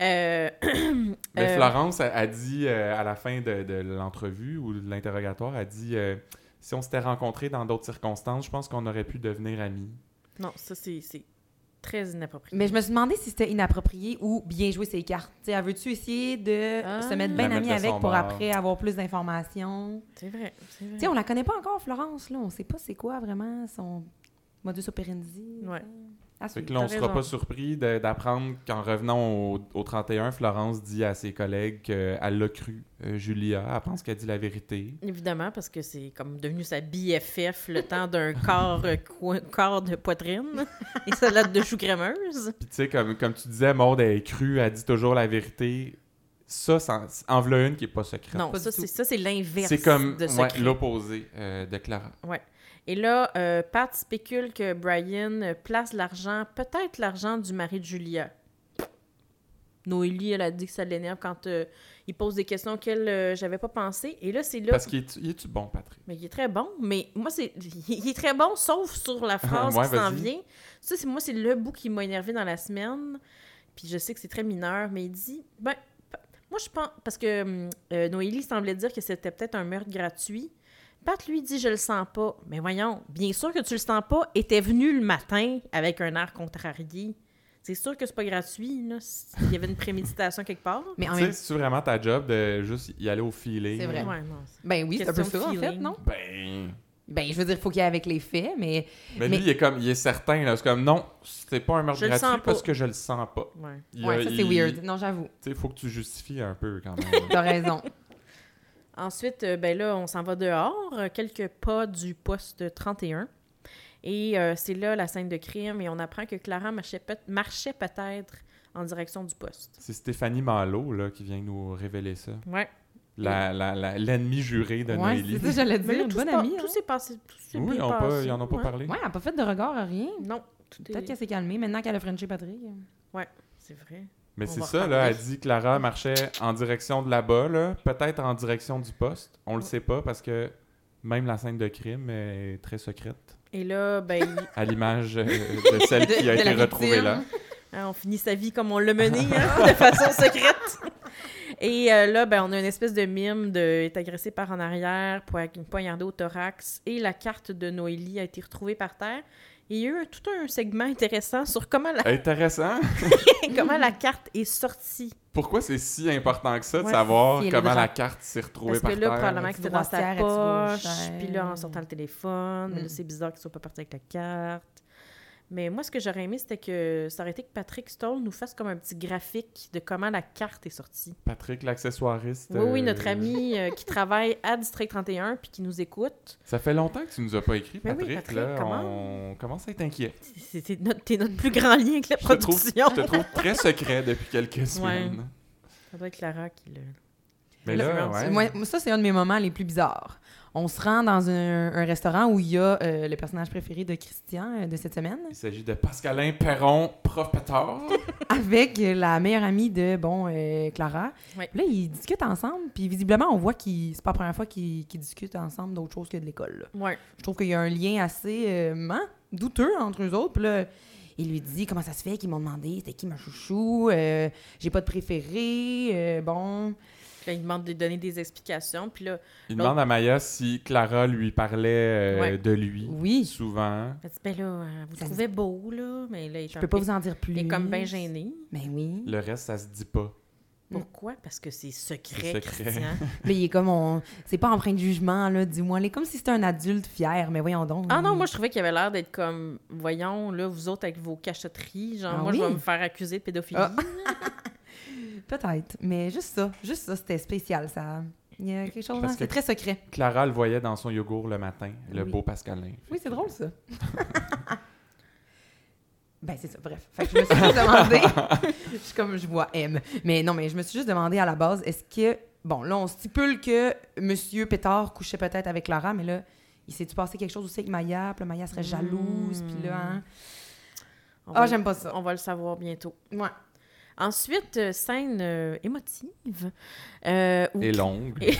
Euh, Mais Euh, Florence a, a dit euh, à la fin de, de l'entrevue ou de l'interrogatoire, a dit euh, si on s'était rencontrés dans d'autres circonstances, je pense qu'on aurait pu devenir amis. non, ça, c'est c'est très inapproprié. Mais je me suis demandé si c'était inapproprié ou bien jouer ses cartes. Tu sais, elle veut-tu essayer de Ah. se mettre La bien mettre amie de avec son pour bord. après avoir plus d'informations? C'est vrai. C'est vrai. Tu sais, on la connaît pas encore, Florence, là. On sait pas c'est quoi vraiment son modus operandi. Ouais. À Fait suivre. que là, on t'as sera raison. pas surpris de- d'apprendre qu'en revenant au, au 31, Florence dit à ses collègues qu'elle l'a cru, euh, Julia. Elle pense qu'elle dit la vérité. Évidemment, parce que c'est comme devenu sa BFF le temps d'un corps, euh, coi- corps de poitrine et salade de choux crémeuse. Puis tu sais, comme, comme tu disais, Maud, elle est crue, elle dit toujours la vérité. Ça, ça en voilà une qui est pas secrète. Non, Pas ça du tout. c'est, ça, c'est l'inverse C'est comme de ouais, secret. l'opposé euh, de Clara. Et là, euh, Pat spécule que Brian euh, place l'argent, peut-être l'argent du mari de Julia. Noélie, elle a dit que ça l'énerve quand euh, il pose des questions auxquelles euh, j'avais pas pensé. Et là, c'est là. Parce qu'il est- il est-tu bon, Patrick? Mais il est très bon, mais moi, c'est il est très bon, sauf sur la phrase Ouais, qui s'en vas-y. vient. Ça, c'est moi, c'est le bout qui m'a énervé dans la semaine. Puis je sais que c'est très mineur, mais il dit Ben, pa- moi, je pense. Parce que hum, euh, Noélie semblait dire que c'était peut-être un meurtre gratuit. Pat, lui, dit Je le sens pas. Mais voyons, bien sûr que tu le sens pas. Et t'es venu le matin avec un air contrarié. C'est sûr que c'est pas gratuit, là. Il y avait une préméditation quelque part. Mais en Tu sais, même c'est vraiment ta job de juste y aller au filet. C'est vrai. Ouais, non. c'est- Ben oui, c'est un peu Question ça, en fait, feeling. non? Ben. Ben, je veux dire, il faut qu'il y ait avec les faits, mais Mais, Mais- lui, il est comme, il est certain. là. C'est comme, non, c'est pas un meurtre Je le gratuit sens pas. parce que je le sens pas. Ouais. Il a- ouais, ça, c'est il- weird. Non, j'avoue. Tu sais, faut que tu justifies un peu quand même. T'as raison. Ensuite, euh, ben là, on s'en va dehors, euh, quelques pas du poste 31. Et euh, c'est là la scène de crime et on apprend que Clara marchait, peut- marchait peut-être en direction du poste. c'est Stéphanie Malo là, qui vient nous révéler ça. Ouais. La- la- la- L'ennemi juré de ouais, Noélie. c'est ça, j'allais dire. Mais là, une tout bonne s'est pas- amie. Tout hein. s'est passé. Tout s'est Oui, ils bien n'en pas, passé, ils en ont pas ouais. parlé. Ouais, elle n'a pas fait de regard à rien. Non, tout est... Peut-être qu'elle s'est calmée maintenant qu'elle a Frenché Patrick. C'est vrai. Mais On c'est va ça, là, reparler. elle dit Clara marchait en direction de là-bas, là, peut-être en direction du poste. On le sait pas parce que même la scène de crime est très secrète, Et là, ben, il- à l'image euh, de celle qui a De- de été la retrouvée victime. là. hein, on finit sa vie comme on l'a menée, hein, de façon secrète. Et euh, là, ben, on a une espèce de mime de est agressé par en arrière, poi- poignardé au thorax, et la carte de Noélie a été retrouvée par terre. Et il y a eu un- tout un segment intéressant sur comment la, Intéressant. comment la carte est sortie. Pourquoi c'est si important que ça de Ouais, savoir si elle est comment dans- la carte s'est retrouvée Parce par que là, terre? probablement que Est-ce c'était dans sa droitière, est-ce poche, gauchère? puis là, en sortant le téléphone, Mm. là, c'est bizarre qu'ils soient pas partis avec la carte. Mais moi, ce que j'aurais aimé, c'était que ça aurait été que Patrick Stone nous fasse comme un petit graphique de comment la carte est sortie. Patrick, l'accessoiriste. Oui, oui, euh, notre ami euh, qui travaille à District 31 puis qui nous écoute. Ça fait longtemps que tu nous as pas écrit, Mais Ben oui, Patrick. Patrick, là, comment- On commence à être inquiet. C'est- c'est- T'es notre, t'es notre plus grand lien avec la Je te, trouve, production. je te trouve très secret depuis quelques semaines. Ça doit être Clara qui le... Mais Là, là, ouais. Moi, moi, ça, c'est un de mes moments les plus bizarres. On se rend dans un, un restaurant où il y a euh, le personnage préféré de Christian euh, de cette semaine, Il s'agit de Pascalin Perron, prof pétard. avec la meilleure amie de, bon, euh, Clara. Ouais. Puis Là, ils discutent ensemble, puis visiblement, on voit que c'est pas la première fois qu'ils qu'ils discutent ensemble d'autre chose que de l'école. là. Ouais. Je trouve qu'il y a un lien assez euh, hein, douteux entre eux autres. Puis là, il lui dit comment ça se fait qu'ils m'ont demandé c'était qui ma chouchou, euh, j'ai pas de préféré, euh, bon. Puis là, il demande de lui donner des explications. Puis là, Il L'autre- demande à Maya si Clara lui parlait euh, Ouais. de lui. Oui, Souvent. elle dit Ben là, euh, vous Ça trouvez beau, là. Mais là, il est je un- peux pas vous en dire plus. Il est comme bien gêné. Mais oui. Le reste, ça se dit pas. Pourquoi? Parce que c'est secret, C'est secret. Christian. Puis il est comme, on... c'est pas en train de jugement, là, dis-moi. Il est comme si c'était un adulte fier, mais voyons donc. Ah non, moi, je trouvais qu'il avait l'air d'être comme, voyons, là, vous autres avec vos cachotteries, genre, Ah moi, je oui? vais me faire accuser de pédophilie. Ah. Peut-être, mais juste ça, juste ça, c'était spécial, ça. Il y a quelque chose, Parce hein, c'est que- très secret. Clara le voyait dans son yogourt le matin, le Oui. beau Pascalin. Oui, c'est drôle, ça. Ben, c'est ça, bref. Fait que je me suis juste demandé. je suis comme, je vois M. Mais non, mais je me suis juste demandé à la base, est-ce que. Bon, là, on stipule que Monsieur Pétard couchait peut-être avec Laurent, mais là, il s'est-tu passé quelque chose aussi avec Maya? Puis là, Maya serait jalouse, Hmm. puis là, hein? On Ah, va- j'aime pas ça. On va le savoir bientôt. Ouais. Ensuite, euh, scène euh, émotive euh, où, Et longue. Et-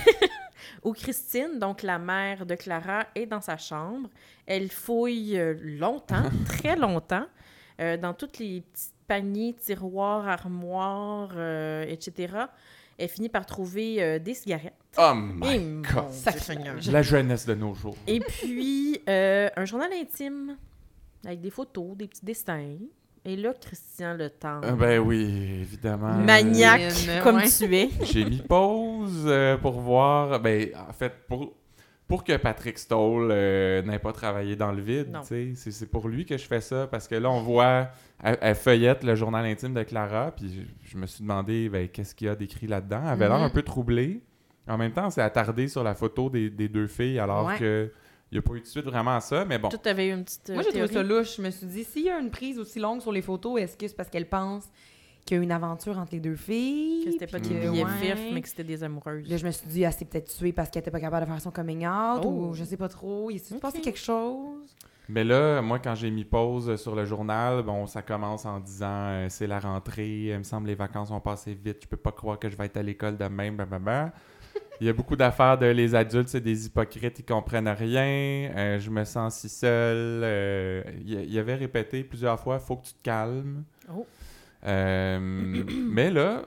où Christine, donc la mère de Clara, est dans sa chambre. Elle fouille euh, longtemps, très longtemps, euh, dans tous les petits paniers, tiroirs, armoires, euh, etc. Elle finit par trouver euh, des cigarettes. Oh my Et God. mon Dieu Sacrilège. Seigneur. La jeunesse de nos jours. Et puis, euh, un journal intime avec des photos, des petits dessins. Et là, Christian le tend. Euh, ben oui, évidemment. Maniaque Mine, comme ouais. tu es. J'ai mis pause euh, pour voir. Ben, en fait, pour, pour que Patrick Stoll euh, n'ait pas travaillé dans le vide, Non. tu sais, c'est c'est pour lui que je fais ça parce que là, on voit, elle, elle feuillette le journal intime de Clara, puis je, je me suis demandé, ben, qu'est-ce qu'il y a d'écrit là-dedans. Elle avait l'air Mhm. un peu troublée. En même temps, c'est attardé sur la photo des, des deux filles alors Ouais. que. Il n'y a pas eu de suite vraiment à ça, mais bon. Tout avait eu une petite. euh, Moi, j'ai trouvé théorie. ça louche. Je me suis dit, s'il y a une prise aussi longue sur les photos, est-ce que c'est parce qu'elle pense qu'il y a eu une aventure entre les deux filles? Que c'était pas puis qu'ils que, vivaient ouais. vifs, mais que c'était des amoureuses. Là, je me suis dit, ah, c'est peut-être tué parce qu'elle était pas capable de faire son coming out Oh. ou je sais pas trop. Il s'est Ok. passé quelque chose. Mais là, moi, quand j'ai mis pause sur le journal, bon, ça commence en disant euh, c'est la rentrée, il me semble les vacances ont passé vite, je peux pas croire que je vais être à l'école demain, blablabla. Il y a beaucoup d'affaires de les adultes, c'est des hypocrites, ils comprennent rien, euh, je me sens si seul. euh, il, il avait répété plusieurs fois faut que tu te calmes. Oh. Euh, mais là,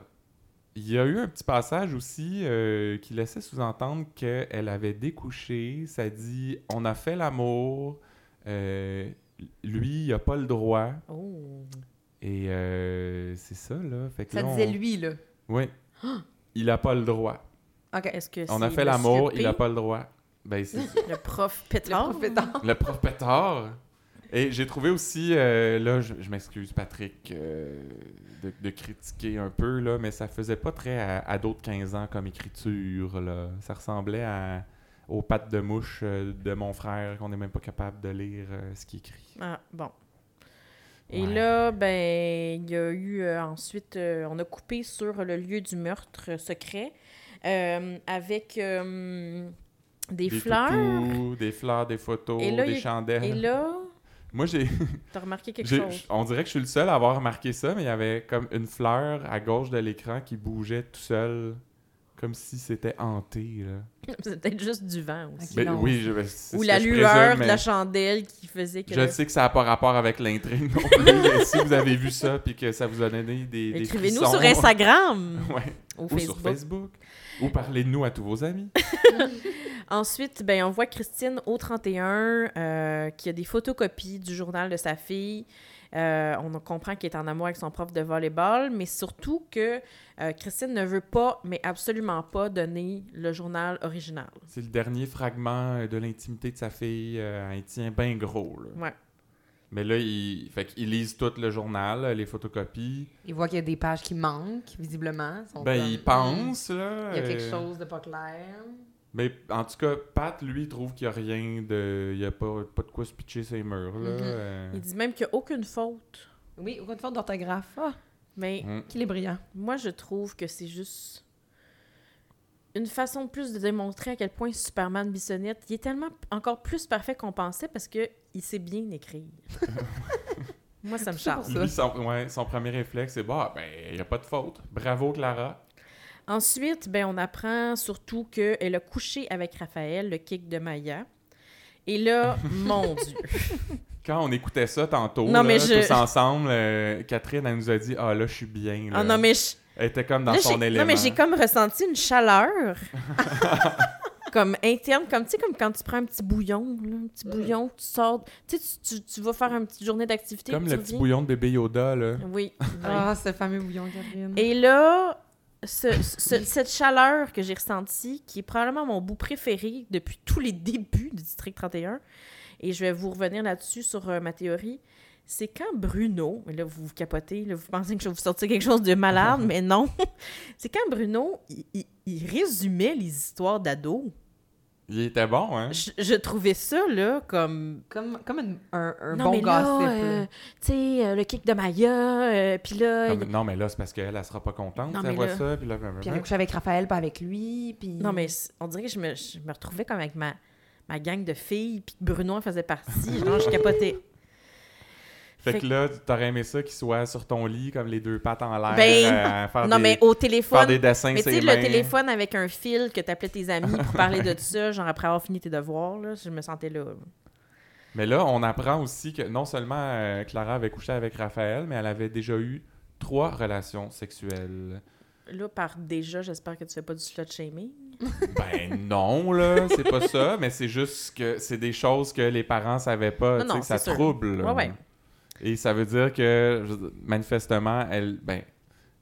il y a eu un petit passage aussi euh, qui laissait sous-entendre qu'elle avait découché. Ça dit on a fait l'amour, euh, lui, il a pas le droit. Oh. Et euh, c'est ça, là. Fait que Ça là, disait on- lui, là. Oui. Il a pas le droit. OK. Est-ce que On a c'est fait l'amour, Monsieur il a P, pas le droit. Ben, c'est ça. Le prof Le Pétard. prof pétard. Le prof pétard. Et j'ai trouvé aussi, euh, là, je, je m'excuse Patrick euh, de, de critiquer un peu, là, mais ça faisait pas très à, à d'autres 15 ans comme écriture. Là. Ça ressemblait à, aux pattes de mouche euh, de mon frère qu'on n'est même pas capable de lire euh, ce qu'il écrit. Ah, bon. Et Ouais. là, ben, il y a eu euh, ensuite, euh, on a coupé sur le lieu du meurtre euh, secret euh, avec euh, des, fleurs. toutous, des fleurs, des photos, Et là, des il- chandelles. Et là, Moi, j'ai, t'as remarqué quelque j'ai- chose. on dirait que je suis le seul à avoir remarqué ça, mais il y avait comme une fleur à gauche de l'écran qui bougeait tout seul, comme si c'était hanté. Là. C'est peut-être juste du vent aussi. Ben Non. oui, je, ben, c'est Ou ce la que je lueur présume, de la mais chandelle qui faisait que... Je sais que ça n'a pas rapport avec l'intrigue non plus, mais si vous avez vu ça puis que ça vous a donné des, des Écrivez-nous frissons, sur Instagram ouais, ou, ou Facebook. sur Facebook. Ou parlez-nous à tous vos amis. Ensuite, ben, on voit Christine au 31 euh, qui a des photocopies du journal de sa fille. Euh, on comprend qu'elle est en amour avec son prof de volleyball, mais surtout que euh, Christine ne veut pas, mais absolument pas, donner le journal original. C'est le dernier fragment euh, de l'intimité de sa fille. euh, elle tient bien gros. Là. Ouais. Mais là, ils, fait qu'ils lisent tout le journal, euh, les photocopies. Il voit qu'il y a des pages qui manquent, visiblement. Ils sont Ben, comme, ils pensent, Hmm, là. Il y a quelque euh, chose de pas clair. Mais en tout cas, Pat, lui, il trouve qu'il n'y a rien de... Il n'y a pas, pas de quoi se pitcher ses murs, là. Mhm. euh. Il dit même qu'il n'y a aucune faute. Oui, aucune faute d'orthographe. Ah, Mais Mm. qu'il est brillant. moi, je trouve que c'est juste une façon de plus de démontrer à quel point Superman Bissonnette, il est tellement p- encore plus parfait qu'on pensait parce que il sait bien écrire. moi, ça me C'est charme. pour ça. Mm. Lui, son, ouais, son premier réflexe, c'est bah, ben, il n'y a pas de faute. Bravo, Clara. Ensuite, ben, on apprend surtout qu'elle a couché avec Raphaël, le kick de Maya. Et là, mon Dieu. Quand on écoutait ça tantôt, Non, là, mais je- tous ensemble, euh, Catherine, elle nous a dit Ah, là, je suis bien. là. Ah non, mais je- Elle était comme dans là, son j'ai- élément. non, mais j'ai comme ressenti une chaleur. comme interne, comme, tu sais, comme quand tu prends un petit bouillon, là, un petit bouillon, tu sors, tu sais, tu, tu- tu vas faire une petite journée d'activité. Comme puis le tu petit reviens. bouillon de bébé Yoda, là. Oui. oui. Ah, ce fameux bouillon, Catherine. Et là, ce- ce- cette chaleur que j'ai ressentie, qui est probablement mon bout préféré depuis tous les débuts du District 31, et je vais vous revenir là-dessus sur euh, ma théorie, c'est quand Bruno, et là vous vous capotez, là, vous pensez que je vais vous sortir quelque chose de malade, mais non, c'est quand Bruno, il, il- il résumait les histoires d'ados. Il était bon, hein? Je, je trouvais ça, là, comme. Comme, comme une- un, un non, bon mais gossip. là, là. euh, tu sais, euh, le kick de Maya, euh, puis là. Comme- il- non, Ah, mais là, c'est parce qu'elle, elle sera pas contente. Non, si elle mais voit là- ça. Puis là, ben, ben, Puis elle ben. a couché avec Raphaël, pas avec lui. Puis... Non, mais c- on dirait que je me, je me retrouvais comme avec ma, ma gang de filles, puis que Bruno en faisait partie. genre, je capotais. Fait que Fait- là, t'aurais aimé ça qu'il soit sur ton lit, comme les deux pattes en l'air. Ben, euh, à faire Non, des- mais au faire téléphone. des dessins, Mais tu sais, c'est le téléphone avec un fil que t'appelais tes amis pour parler de ça, genre après avoir fini tes devoirs, là, je me sentais là. Mais là, on apprend aussi que non seulement euh, Clara avait couché avec Raphaël, mais elle avait déjà eu trois relations sexuelles. Là, par déjà, j'espère que tu fais pas du slut shaming. ben non, là, c'est pas ça, mais c'est juste que c'est des choses que les parents savaient pas, Non, tu sais, non, que ça c'est sûr. trouble. Ouais, ouais. Et ça veut dire que, je veux dire, manifestement, elle, ben,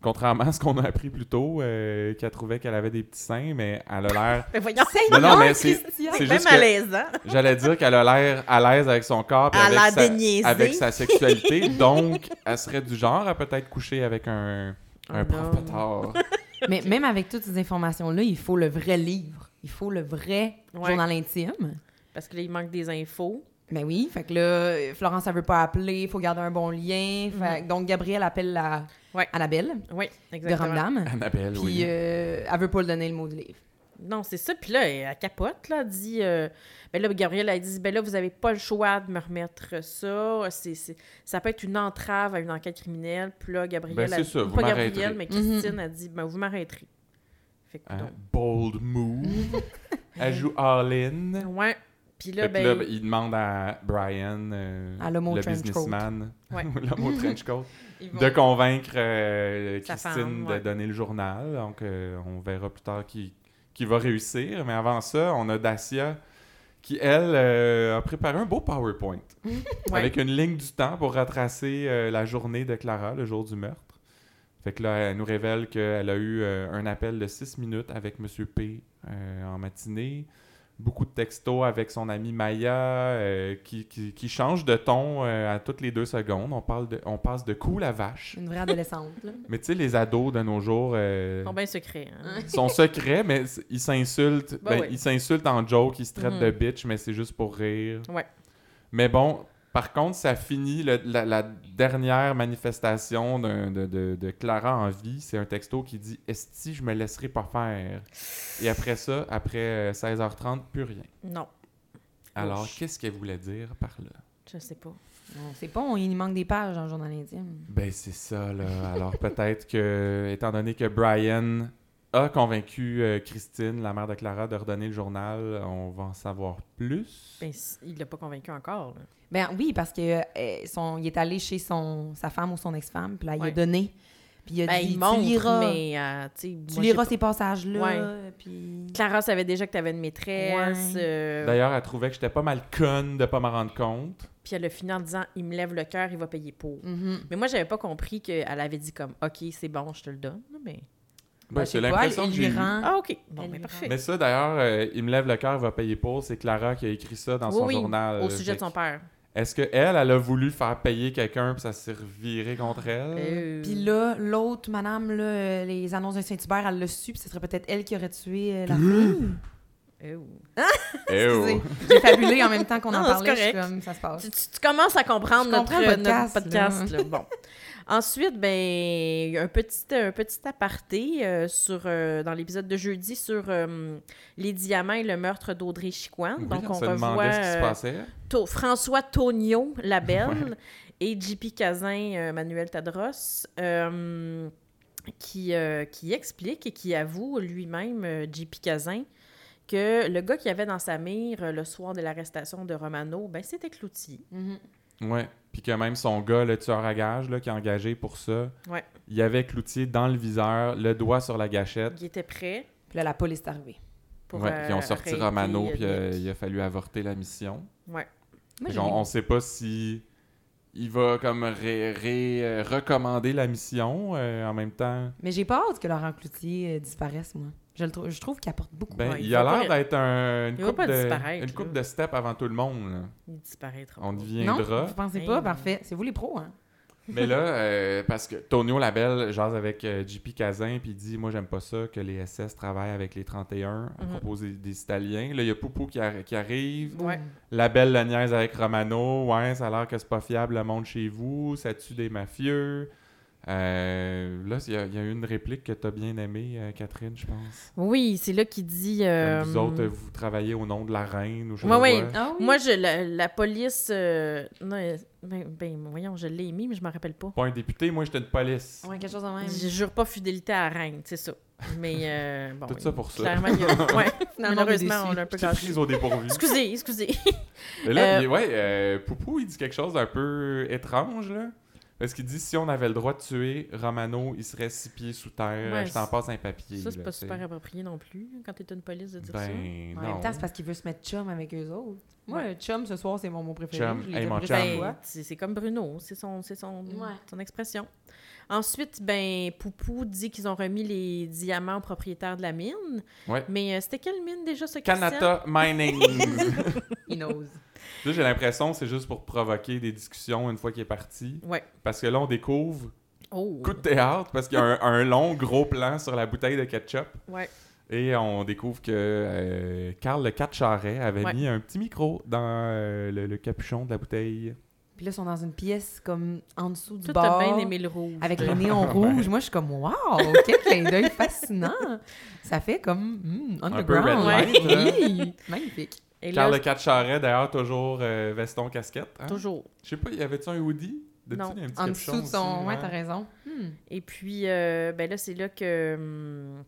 contrairement à ce qu'on a appris plus tôt, euh, qu'elle trouvait qu'elle avait des petits seins, mais elle a l'air... Mais voyons, Non, Seigneur, non, mais c'est- Christian! c'est même juste que- malaisant. J'allais dire qu'elle a l'air à l'aise avec son corps puis Elle a avec, l'air sa, déniaisée. avec sa sexualité. donc, elle serait du genre à peut-être coucher avec un, un Un prof homme. pétard. Mais même avec toutes ces informations-là, il faut le vrai livre. Il faut le vrai Ouais. journal intime. Parce que là, il manque des infos. Ben oui, fait que là, Florence, elle veut pas appeler, il faut garder un bon lien. Fait que- donc, Gabrielle appelle la... Mhm. Ouais. Annabelle Oui, de exactement. Ramdam. Annabelle, Puis oui. euh, elle veut pas lui donner le mot du livre. Non, c'est ça. Puis là, elle capote, là, elle dit... euh, ben là, Gabrielle, elle dit, ben là, vous avez pas le choix de me remettre ça. C'est- c'est- ça peut être une entrave à une enquête criminelle. Puis là, Gabrielle... Ben, c'est elle- ça, vous pas m'arrêterez. Gabrielle, mais Mhm. Christine, a dit, ben vous m'arrêterez. Fait que Hein, donc, Bold move. elle joue all-in. ouais. Puis là, Fait que ben... là, ben, il demande à Brian, euh, À l'homme au le trench coat. businessman, Ouais. l'homme au trench coat, ils vont- de convaincre euh, Sa Christine femme, de ouais. donner le journal. Donc, euh, on verra plus tard qui, qui va réussir. Mais avant ça, on a Dacia qui, elle, euh, a préparé un beau PowerPoint ouais. avec une ligne du temps pour retracer euh, la journée de Clara, le jour du meurtre. Fait que là, elle nous révèle qu'elle a eu euh, un appel de 6 minutes avec M. P euh, en matinée. Beaucoup de textos avec son amie Maya euh, qui, qui- qui change de ton euh, à toutes les deux secondes. On, parle de, on passe de cool à vache. Une vraie adolescente, là. Mais tu sais, les ados de nos jours euh, Ils sont bien secrets. hein. sont secrets, mais c- ils s'insultent. Ben ben, oui. Ils s'insultent en joke, ils se traitent Mhm. de bitch, mais c'est juste pour rire. Ouais. Mais bon, par contre, ça finit le- la, la dernière manifestation d'un- de, de- de Clara en vie. C'est un texto qui dit Esti, je me laisserai pas faire. Et après ça, après euh, 16h30, plus rien. Non, Alors, Ouch. qu'est-ce qu'elle voulait dire par là je sais pas. On sait pas, on- il manque des pages dans le journal intime. Ben, c'est ça, là. Alors, peut-être que, étant donné que Brian a convaincu euh, Christine, la mère de Clara, de redonner le journal, on va en savoir plus. Ben, c- il l'a pas convaincu encore. là. Ben oui, parce que euh, son, il est allé chez son, sa femme ou son ex-femme, puis là, il Ouais. a donné. Puis il a Ben, dit, il tu liras, montre, mais... euh, tu sais, tu moi, j'ai liras pas- ces passages-là, Ouais. puis... Clara savait déjà que t'avais une maîtresse. Ouais. euh, D'ailleurs, elle trouvait que j'étais pas mal conne de pas m'en rendre compte. Puis elle a fini en disant Il me lève le cœur, il va payer pour. Mhm. Mais moi, j'avais pas compris qu'elle avait dit comme OK, c'est bon, je te le donne. Mais... Ben, je sais c'est pas, l'impression elle- que il lui j'ai eu. rend- Ah, OK. Bon, Elle mais lui parfait. Mais ça, d'ailleurs, euh, il me lève le cœur, va payer pour. C'est Clara qui a écrit ça dans Oui, son oui, journal. Au sujet de Fait son père. que- Est-ce que elle, elle a voulu faire payer quelqu'un puis ça s'est reviré contre elle Euh, Puis là, l'autre madame, là, euh, les annonces de Saint-Hubert, elle l'a su, puis ce serait peut-être elle qui aurait tué euh, la euh, Eh oh. Excusez, J'ai fabulé en même temps qu'on en Non, c'est parlait, je suis correct. comme ça se passe. tu, tu- tu commences à comprendre Je notre, comprends le notre podcast, podcast. là. Bon. Ensuite, ben, il y a un petit, un petit aparté euh, sur, euh, dans l'épisode de jeudi sur euh, les diamants et le meurtre d'Audrey Chicoine. Oui, Donc, on, on, se revoit demandait ce qui se euh, passait. To- François Tonio Labelle et JP Cazin, euh, Manuel Tadros, euh, qui, euh, qui explique et qui avoue lui-même, euh, JP Cazin, que le gars qu'il y avait dans sa mire euh, le soir de l'arrestation de Romano, ben c'était Cloutier. Mhm. Ouais. Puis que même son gars, le tueur à gage, là, qui est engagé pour ça, Ouais. il avait Cloutier dans le viseur, le doigt sur la gâchette. Il était prêt Puis là, la police est arrivée. pour. ouais, euh, puis ils ont sorti arrêter, Romano, euh, puis euh, Nick. il a fallu avorter la mission. Moi, Fait j'ai qu'on- on, sait pas si il va comme ré- ré- euh, recommander la mission euh, en même temps. Mais j'ai pas hâte que Laurent Cloutier euh, disparaisse, moi. Je, le trou- je trouve qu'il apporte beaucoup. Ben, Ouais, il il a va l'air pas- d'être un- une il va coupe pas de disparaître, une coupe là. de step avant tout le monde. là. Il disparaîtra. On pas. deviendra. Ben, non, vous pensez Hey, pas? non. Parfait. C'est vous les pros, hein? Mais là, euh, parce que Tonio Labelle jase avec euh, JP Cazin, puis il dit Moi, j'aime pas ça que les SS travaillent avec les 31 à Mhm. propos des, des Italiens. Là, il y a Poupou qui, arri- qui arrive. Ouais. Labelle le niaise avec Romano. Ouais, ça a l'air que c'est pas fiable le monde chez vous. Ça tue des mafieux. Euh, là, il y, a- il y a une réplique que t'as bien aimée, euh, Catherine, je pense. Oui, c'est là qu'il dit. Comme euh, Vous autres, vous travaillez au nom de la reine ou je sais Ouais, pas ouais. quoi. Ah oui. Moi, je, la, la police. euh, non, euh, ben, ben, voyons, je l'ai mis, mais je m'en rappelle pas. Pas un député, moi, j'étais une police. Ouais, quelque chose de même. Je jure pas fidélité à la reine, c'est ça. Mais euh, bon. Tout ça pour ça. Clairement, il y a- ouais, malheureusement, on déçus. l'a un peu J'étais cassé. prise au dépourvu. Excusez, excusez. Mais là, Euh, il- ouais, euh, Poupou, il dit quelque chose d'un peu étrange, là. Parce qu'il dit si on avait le droit de tuer Romano, il serait six pieds sous terre. Ouais, je t'en c'est- passe un papier. Ça, c'est là, pas tu sais. super approprié non plus, hein, quand t'es une police, de dire ça. Ben, En non. même temps, c'est parce qu'il veut se mettre chum avec eux autres. Moi, Ouais. le chum, ce soir, c'est mon mot préféré. Chum. Je l'ai Hey, déjà mon pris chum. plein de Ben, fois. c'est c'est comme Bruno, c'est son, c'est son, Ouais. son expression. Ensuite, ben, Poupou dit qu'ils ont remis les diamants au propriétaire de la mine. Ouais. Mais euh, c'était quelle mine déjà, ce Christian? Kanata Mining. Là, Il knows. j'ai l'impression que c'est juste pour provoquer des discussions une fois qu'il est parti. Ouais. Parce que là, on découvre, Oh. coup de théâtre, parce qu'il y a un, un long gros plan sur la bouteille de ketchup. Ouais. Et on découvre que euh, Carl le 4 charret avait Ouais. mis un petit micro dans euh, le- le capuchon de la bouteille. Puis là, ils sont dans une pièce comme en dessous du Toi, bar. t'as bien aimé le rouge. Avec toi. les néons rouges. Moi, je suis comme, wow, quel clin d'œil fascinant. Ça fait comme hmm, underground. red light, hein. Oui, magnifique. Et là, Carl le 4 charret, d'ailleurs, toujours euh, veston, casquette. hein? toujours. Je sais pas, y avait-tu un hoodie? D'habitude, Non. il y a un petit En capuchon dessous de son. aussi, ouais, hein. t'as raison. Hmm. Et puis, euh, ben là, c'est là que. hum,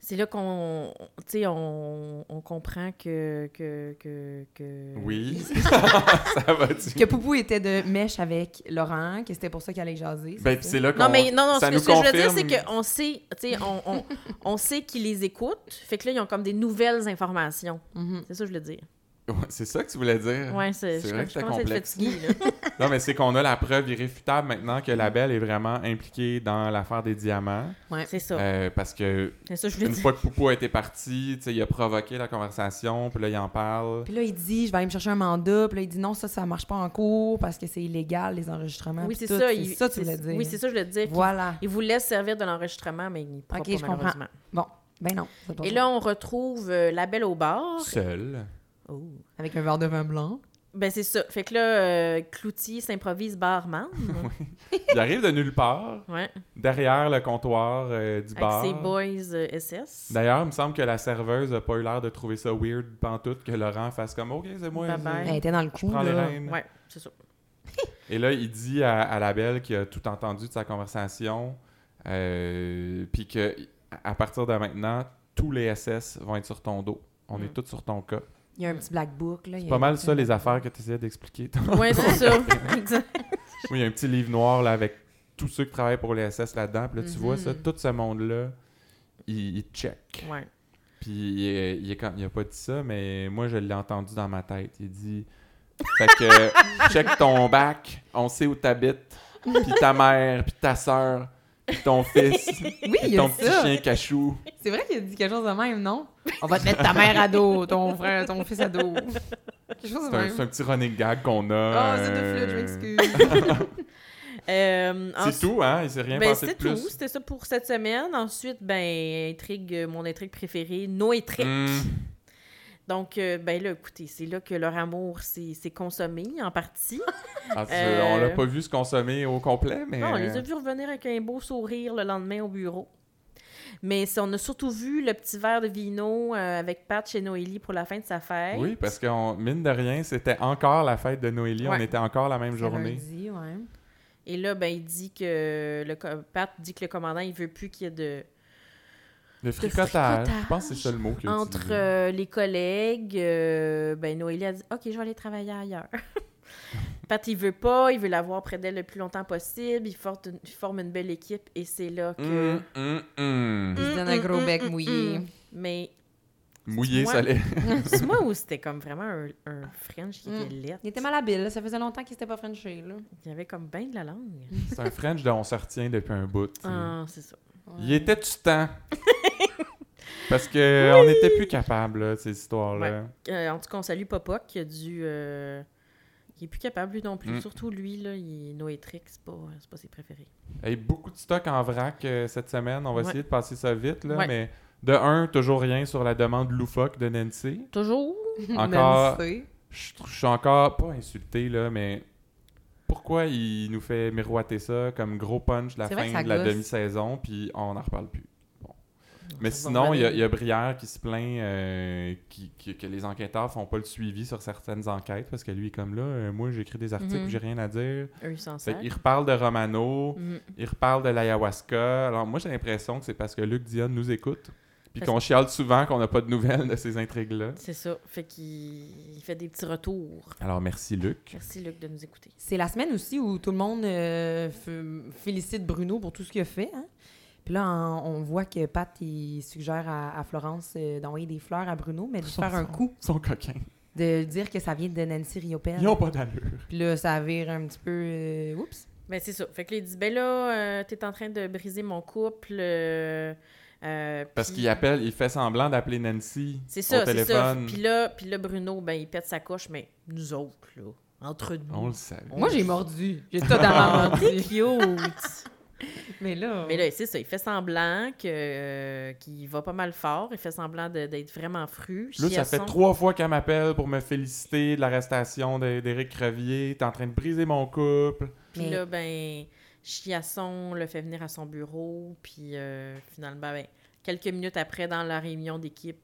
C'est là qu'on. Tu sais, on, on comprend que. que, que, que... Oui, ça va-tu? Que Poupou était de mèche avec Laurent, que c'était pour ça qu'il allait jaser. Ben, c'est pis ça? c'est là qu'on... Non, mais non, non, ça ce que, nous ce que je veux dire, confirme- c'est qu'on sait, tu sais, on, on, on sait qu'ils les écoutent. Fait que là, ils ont comme des nouvelles informations. Mhm. C'est ça que je veux dire. Ouais, c'est ça que tu voulais Euh, dire? Ouais, c'est, c'est je, vrai je que c'était commence à être complexe. fatiguée, là. Non, mais c'est qu'on a la preuve irréfutable maintenant que la belle est vraiment impliquée dans l'affaire des diamants. C'est ça. Euh, parce que c'est ça que je voulais une dire. fois que Poupou a été parti, tu sais, il a provoqué la conversation, puis là, il en parle. Puis là, il dit, je vais aller me chercher un mandat. Puis là, il dit, non, ça, ça marche pas en cours parce que c'est illégal, les enregistrements. Oui, puis c'est tout. ça. C'est il- ça que tu c'est- voulais dire. Oui, c'est ça que je voulais dire. qu'il- Voilà. Il voulait servir de l'enregistrement, mais il pourra Ok, pas, je comprends. malheureusement. Ben non. c'est pas Et ça. là, on retrouve euh, la belle au bar. Seul. Oh. Avec un verre de vin blanc. Ben, c'est ça. Fait que là, euh, Cloutier s'improvise barman. Il arrive de nulle part, ouais. derrière le comptoir euh, du bar. Avec ses boys euh, SS. D'ailleurs, il me semble que la serveuse a pas eu l'air de trouver ça weird pantoute que Laurent fasse comme OK, c'est moi. Bye je- bye. Ben, Elle était dans le Je coup. prends les là. rênes. Ouais, c'est ça. Et là, il dit à, à la belle qu'il a tout entendu de sa conversation, euh, puis que à partir de maintenant, tous les SS vont être sur ton dos. On Mm. est tous sur ton cas. Il y a un petit black book. là. Il y C'est a- pas mal ça, les affaires que tu essayais d'expliquer. Ouais, c'est ça. Exact. Oui, il y a un petit livre noir là, avec tous ceux qui travaillent pour les SS là-dedans. Puis là, tu Mhm. vois ça, tout ce monde-là, il, il check. Ouais. Puis il, est- il, est quand- il a pas dit ça, mais moi, je l'ai entendu dans ma tête. Il dit Fait que, check ton bac, on sait où t'habites, puis ta mère, puis ta soeur, puis ton fils, Oui, il puis y a ton petit ça. chien cachou. C'est vrai qu'il a dit quelque chose de même, non? On va te mettre ta mère à dos, ton frère, ton fils à dos. Quelque C'est chose de un, c'est même. un petit running gag qu'on a. Oh, Ah, c'est de euh, flûte, je m'excuse. Euh, C'est ensuite- tout, hein Il s'est rien Ben, passé de c'est plus. tout. C'était ça pour cette semaine. Ensuite, ben, intrigue, euh, mon intrigue préférée, nos intrigues. Hmm. Donc, euh, ben là, écoutez, c'est là que leur amour s'est s'est consommé en partie. Ah, tu- Euh, On l'a pas vu se consommer au complet, mais. Non, Ah, on les a vus revenir avec un beau sourire le lendemain au bureau. Mais c'est- on a surtout vu le petit verre de vino euh, avec Pat chez Noélie pour la fin de sa fête. Oui, parce que on- mine de rien, c'était encore la fête de Noélie. On Ouais. était encore la même journée. Lundi, ouais. Et là, ben, il dit que le co- Pat dit que le commandant, il veut plus qu'il y ait de Le fricotage. fricotage Je pense que c'est ça le mot qu'il a entre utilisé. euh, les collègues, euh, ben Noélie a dit OK, je vais aller travailler ailleurs. Pat, il veut pas, il veut l'avoir près d'elle le plus longtemps possible. Il forme une, il forme une belle équipe et c'est là que. Hum, hum, hum. Il se Mm, donne un mm, gros mm, bec mm, mouillé. mm. Mais Mouillé, Ouais. ça l'est. c'est moi où c'était comme vraiment un, un French qui Mm. était laid. Il était malhabile, là. ça faisait longtemps qu'il s'était pas frenché. Là. Il y avait comme ben de la langue. Mm. C'est un French dont on se retient depuis un bout. tu sais. Ah, c'est ça. Il était du temps. Parce que on n'était plus capable, là, de ces histoires-là. Euh, en tout cas, on salue Papa qui a dû. euh, Il est plus capable, lui non plus. Mm. Surtout lui, là, il est Noétrix, c'est pas, c'est pas ses préférés. Hey, beaucoup de stock en vrac euh, cette semaine. On va Ouais. essayer de passer ça vite, là, Ouais. mais de un, toujours rien sur la demande loufoque de Nancy. Toujours. Encore- Nancy. Je tr- je suis encore pas insulté, là, mais pourquoi il nous fait miroiter ça comme gros punch la C'est vrai que ça fin de la gosse. demi-saison, puis on n'en reparle plus. Mais Ça va sinon, il y, a- revenir. il y a Brière qui se plaint euh, qui- qui- que les enquêteurs font pas le suivi sur certaines enquêtes parce que lui est comme là, euh, moi j'écris des articles, Mhm. j'ai rien à dire. Eux, ils s'en Fait servent. qu'il reparle de Romano, Mhm. il reparle de l'ayahuasca. Alors moi j'ai l'impression que c'est parce que Luc Dion nous écoute, puis Parce- qu'on chiale souvent qu'on n'a pas de nouvelles de ces intrigues-là. C'est ça. Fait qu'il il fait des petits retours. Alors merci Luc. Merci, Luc, de nous écouter. C'est la semaine aussi où tout le monde euh, f- félicite Bruno pour tout ce qu'il a fait. hein. Puis là, en- on voit que Pat il suggère à, à Florence euh, d'envoyer des fleurs à Bruno, mais de lui Son- faire un son- coup, Son coquin. de dire que ça vient de Nancy Riopelle. Ils n'ont pas d'allure. Puis là, ça vire un petit peu. euh, oups. Ben, c'est ça. Fait que là, il dit, ben là, euh, t'es en train de briser mon couple. euh, euh, Parce puis- qu'il appelle, il fait semblant d'appeler Nancy C'est au ça, c'est ça. téléphone. Puis là, puis là, Bruno, ben, il pète sa coche, mais nous autres, là, entre nous. On le savait. On- Moi, j'ai mordu. J'ai totalement T'es mordu. cute! Mais là. Mais là, c'est ça, il fait semblant que, euh, qu'il va pas mal fort, il fait semblant de- d'être vraiment fru. Là, ça fait chiasson. trois fois qu'elle m'appelle pour me féliciter de l'arrestation d'E- d'Éric Crevier. T'es en train de briser mon couple. Puis là, ben, Chiasson le fait venir à son bureau, puis euh, finalement, ben, quelques minutes après, dans la réunion d'équipe,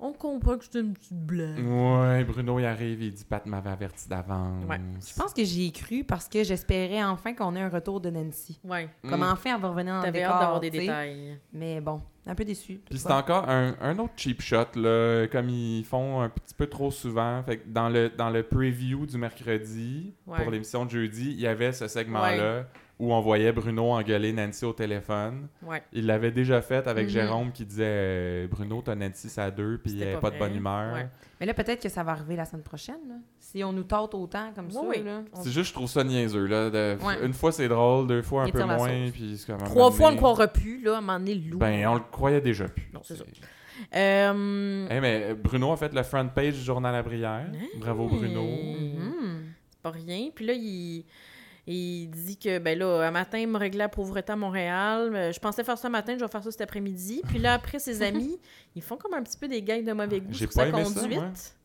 on comprend que c'était une petite blague. Ouais, Bruno, il arrive, il dit Pat m'avait averti d'avance. Mm. Ouais. Je pense que j'y ai cru parce que j'espérais enfin qu'on ait un retour de Nancy. Ouais, Mm. Comme enfin, elle va revenir en décor. t'avais hâte d'avoir des tu sais. détails. Mais bon, un peu déçu. Puis c'est encore un, un autre cheap shot, là, comme ils font un petit peu trop souvent. Fait que dans le, dans le preview du mercredi, Ouais. pour l'émission de jeudi, il y avait ce segment-là où on voyait Bruno engueuler Nancy au téléphone. Ouais. Il l'avait déjà fait avec Mhm. Jérôme qui disait euh, Bruno, t'as Nancy, ça deux, puis C'était elle est pas pas de vrai. bonne humeur. Ouais. Mais là, peut-être que ça va arriver la semaine prochaine, là. si on nous tente autant comme ça. Oui, oui. là. C'est juste, je trouve ça niaiseux. Là, de- Ouais. Une fois, c'est drôle, deux fois, un Il peu tire la moins. sauce. Puis c'est comme, à un Trois moment fois, on le donné, croira plus, là, à un moment donné, lourd. Ben, on le croyait déjà plus. Non, c'est ça. Eh, Euh, mais euh, Bruno a fait le front page du journal à Brière. Hein? Bravo, Hmm. Bruno. Mhm. Mmh. pas rien. Puis là, il, il dit que, ben là, un matin, il m'a réglé la pauvreté à Montréal. Euh, Je pensais faire ça un matin, je vais faire ça cet après-midi. Puis là, après, ses amis, ils font comme un petit peu des gags de mauvais goût J'ai sur pas sa aimé ça, conduite.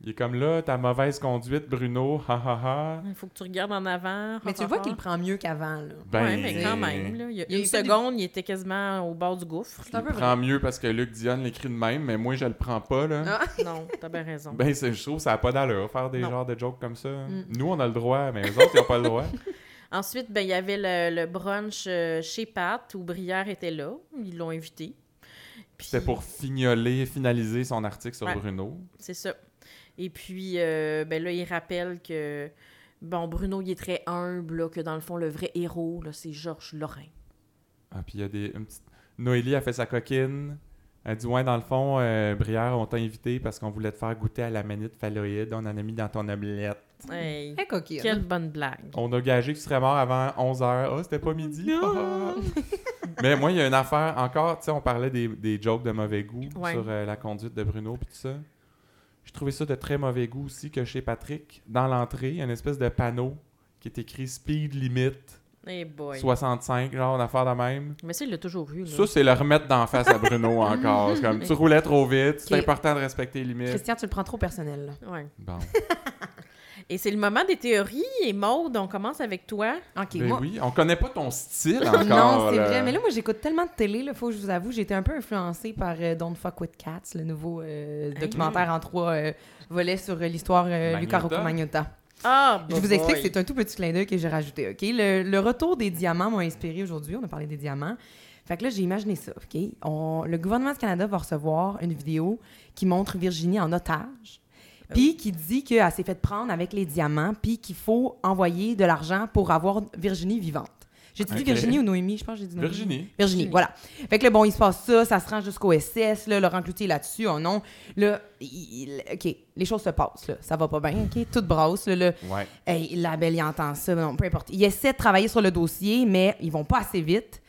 Il est comme là, ta mauvaise conduite, Bruno. Ha ha ha. Il faut que tu regardes en avant. Mais Ha, tu ha, vois ha. qu'il le prend mieux qu'avant. là. Ben, Ouais, mais quand même. là. Il y a Il a une fait des- seconde, il était quasiment au bord du gouffre. C'est Il un peu prend mieux parce que Luc Dion l'écrit de même, mais moi, je le prends pas. Là. Ah. Non, t'as bien raison. Ben, c'est- je trouve que ça n'a pas d'allure, faire des Non. genres de jokes comme ça. Mm. Nous, on a le droit, mais eux autres, ils n'ont pas le droit. Ensuite, ben, il y avait le, le brunch euh, chez Pat où Brière était là. Ils l'ont invité. Puis- C'était pour fignoler, finaliser son article sur Ouais. Bruno. C'est ça. Et puis, euh, ben là, il rappelle que, bon, Bruno, il est très humble, là, que dans le fond, le vrai héros, là, c'est Georges Lorrain. Ah, puis il y a des. une petite- Noélie a fait sa coquine. Elle dit Ouais, dans le fond, euh, Brière, on t'a invité parce qu'on voulait te faire goûter à la manite phalloïde. On en a mis dans ton omelette. Hey, Très coquine. quelle bonne blague. On a gagé que tu serais mort avant 11h. Ah, c'était pas midi. Ah. Mais moi, il y a une affaire encore. Tu sais, on parlait des, des jokes de mauvais goût Ouais. sur euh, la conduite de Bruno puis tout ça. Je trouvais ça de très mauvais goût aussi que chez Patrick, dans l'entrée, il y a une espèce de panneau qui est écrit Speed Limit Hey boy. 65, genre une affaire de même. Mais ça, il l'a toujours Mm-hmm. eu, là. Ça, c'est le remettre d'en face à Bruno encore. C'est comme, tu roulais trop vite, c'est Ok. important de respecter les limites. Christian, tu le prends trop personnel. là. Ouais. Bon. Et c'est le moment des théories. Et Maude, on commence avec toi. Ok, Ben moi. oui, on connaît pas ton style encore. non, c'est là. vrai. Mais là, moi, j'écoute tellement de télé, là, faut que je vous avoue, j'ai été un peu influencée par euh, Don't Fuck With Cats, le nouveau euh, documentaire en trois euh, volets sur euh, l'histoire euh, Luca Magnotta. Rocco Magnotta. Ah, Oh Je vous explique, c'est un tout petit clin d'œil que j'ai rajouté, OK? Le, le retour des diamants m'a inspiré aujourd'hui. On a parlé des diamants. Fait que là, j'ai imaginé ça, OK? On- le gouvernement du Canada va recevoir une vidéo qui montre Virginie en otage, Euh, puis qui dit qu'elle s'est fait prendre avec les diamants, puis qu'il faut envoyer de l'argent pour avoir Virginie vivante. J'ai-tu dit OK. Virginie ou Noémie? Je pense que j'ai dit Noémie. Virginie. Virginie, voilà. Fait que là, bon, il se passe ça, ça se rend jusqu'au SS, là, Laurent Cloutier là-dessus, oh non. Là, il- il- OK, les choses se passent, là. Ça va pas bien, OK? Tout brosse, là. là. Ouais. Hey, la belle, il entend ça, non, peu importe. Il essaie de travailler sur le dossier, mais ils vont pas assez vite.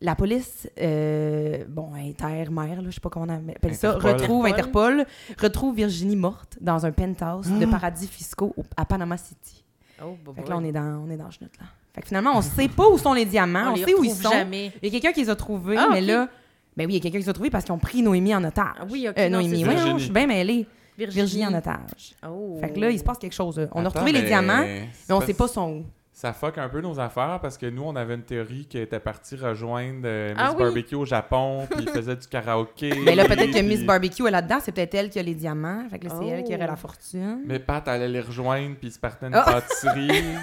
La police, euh, bon, inter-mère, là, je sais pas comment on appelle ça, Interpol. retrouve Interpol, retrouve Virginie morte dans un penthouse Ah. de paradis fiscaux au- à Panama City. Oh, bah, Fait que bah. là, on est dans, on est dans le chenoute, là. Fait que finalement, on sait pas où sont les diamants, on, les sait où ils retrouve sont. jamais. Il y a quelqu'un qui les a trouvés, Ah, mais ok. là, ben oui, il y a quelqu'un qui les a trouvés parce qu'ils ont pris Noémie en otage. Ah oui, ok, Euh, non, c'est Noémie, ça. ouais, non, je suis bien mêlée. Virginie. Virginie en otage. Oh. Fait que là, il se passe quelque chose. là. On a Attends, retrouvé les mais diamants, c'est mais on sait pas son où. Ça fuck un peu nos affaires parce que nous, on avait une théorie qui était partie rejoindre euh, Miss Ah oui. Barbecue au Japon, puis il faisait du karaoké. Mais là, peut-être que puis- Miss Barbecue est là-dedans, c'est peut-être elle qui a les diamants. Fait que là, c'est Oh. elle qui aurait la fortune. Mais Pat allait les rejoindre, puis ils se partaient une Ah. pâtisserie.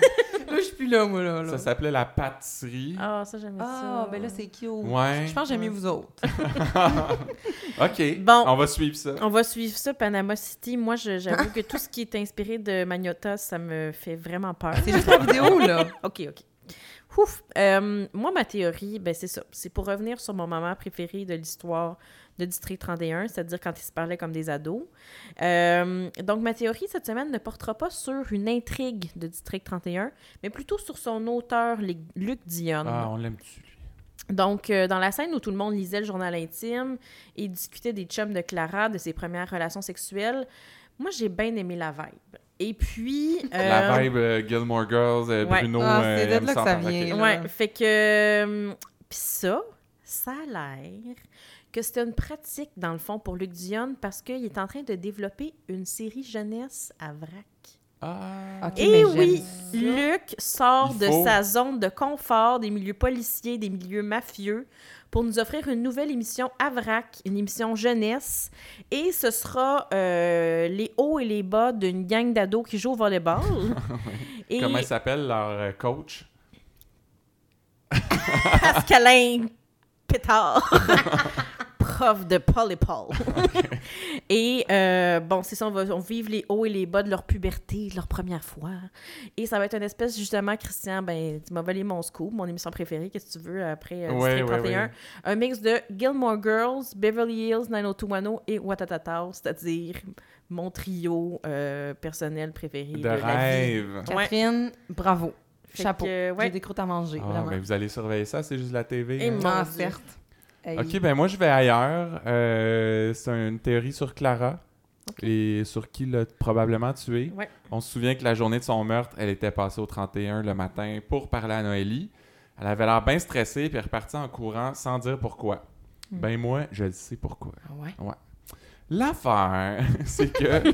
Là, je suis plus là, moi, là. ça s'appelait la pâtisserie. Ah, ça, j'aimais ça. Ah, ben là, c'est cute. Ouais. Je pense que j'aime mieux vous autres. OK. Bon. On va suivre ça. On va suivre ça, Panama City. Moi, je- j'avoue que tout ce qui est inspiré de Magnota, ça me fait vraiment peur. C'est juste la vidéo, là. OK, OK. Ouf! Euh, moi, ma théorie, ben, c'est ça. C'est pour revenir sur mon moment préféré de l'histoire de District 31, c'est-à-dire quand ils se parlaient comme des ados. Euh, donc, ma théorie cette semaine ne portera pas sur une intrigue de District 31, mais plutôt sur son auteur, Lu- Luc Dionne. Ah, on l'aime-tu, lui? Donc, euh, dans la scène où tout le monde lisait le journal intime et discutait des chums de Clara, de ses premières relations sexuelles, moi, j'ai bien aimé la vibe. Et puis... euh, La vibe euh, Gilmore Girls, euh, ouais. Bruno... Ah, c'est euh, de là que ça aime vient. ok. Et là- Ouais, fait que. Puis ça, ça a l'air que c'était une pratique, dans le fond, pour Luc Dionne parce qu'il est en train de développer une série jeunesse à vrac. Ah. Ok. mais Et j'aime oui, ça. Luc sort Il de faut. sa zone de confort des milieux policiers, des milieux mafieux, pour nous offrir une nouvelle émission à vrac, une émission jeunesse. Et ce sera euh, les hauts et les bas d'une gang d'ados qui joue au volleyball. et Comment il s'appelle, leur euh, coach? Pascalin Pétard, prof de Polypol. et euh, bon, c'est ça, on va on vivre les hauts et les bas de leur puberté, de leur première fois. Et ça va être une espèce, justement, Christian, ben, tu m'as volé mon scoop, mon émission préférée, qu'est-ce que tu veux après euh, Ouais, District ouais, 31. ouais. Un mix de Gilmore Girls, Beverly Hills, 90210 et Watatata, c'est-à-dire mon trio euh, personnel préféré de, De la vie. rêve. Ouais. Catherine, bravo. Fait Chapeau. que, ouais. J'ai des croûtes à manger, Ah, vraiment. ben, vous allez surveiller ça, c'est juste la TV. Et hein. mon Ah, Dieu. certes. Hey. Ok, ben moi je vais ailleurs. Euh, c'est une théorie sur Clara et sur qui l'a probablement tué. Ouais. On se souvient que la journée de son meurtre, elle était passée au 31 le matin pour parler à Noélie. Elle avait l'air bien stressée puis elle est repartie en courant sans dire pourquoi. Hmm. Ben moi, je le sais pourquoi. Ah ouais. L'affaire, c'est que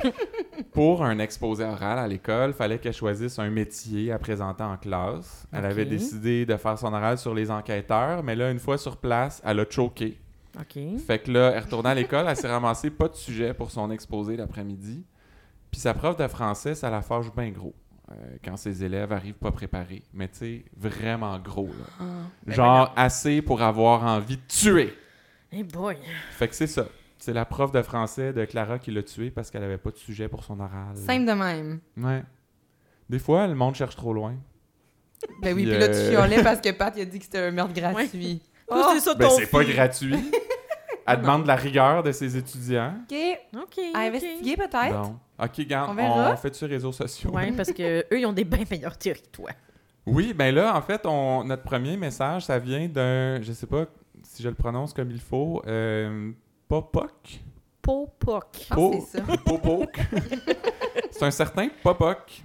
pour un exposé oral à l'école, fallait qu'elle choisisse un métier à présenter en classe. Elle Ok. avait décidé de faire son oral sur les enquêteurs, mais là, une fois sur place, elle a choqué. OK. Fait que là, elle retournait à l'école, elle s'est ramassée pas de sujet pour son exposé l'après-midi. Puis sa prof de français, ça la fâche bien gros euh, quand ses élèves arrivent pas préparés. Mais tu sais, vraiment gros. là. Genre assez pour avoir envie de tuer. Hey boy! Fait que c'est ça. C'est la prof de français de Clara qui l'a tué parce qu'elle avait pas de sujet pour son oral. Simple de même. Ouais. Des fois, le monde cherche trop loin. Ben oui, Puis, puis là, tu euh, chiolais parce que Pat, il a dit que c'était un meurtre gratuit. Toi, Oh, c'est ça Ben, ton c'est pas fil. gratuit. Elle demande la rigueur de ses étudiants. OK. OK. À ok. investiguer, peut-être. Donc, OK, garde, On verra. on, fait sur réseaux sociaux. Ouais, parce que eux, ils ont des bien meilleures théories que toi. Oui, ben là, en fait, on, notre premier message, ça vient d'un, je sais pas si je le prononce comme il faut, euh, Popok. Popoc. Ah, Po- c'est ça. Popok. c'est un certain Popok,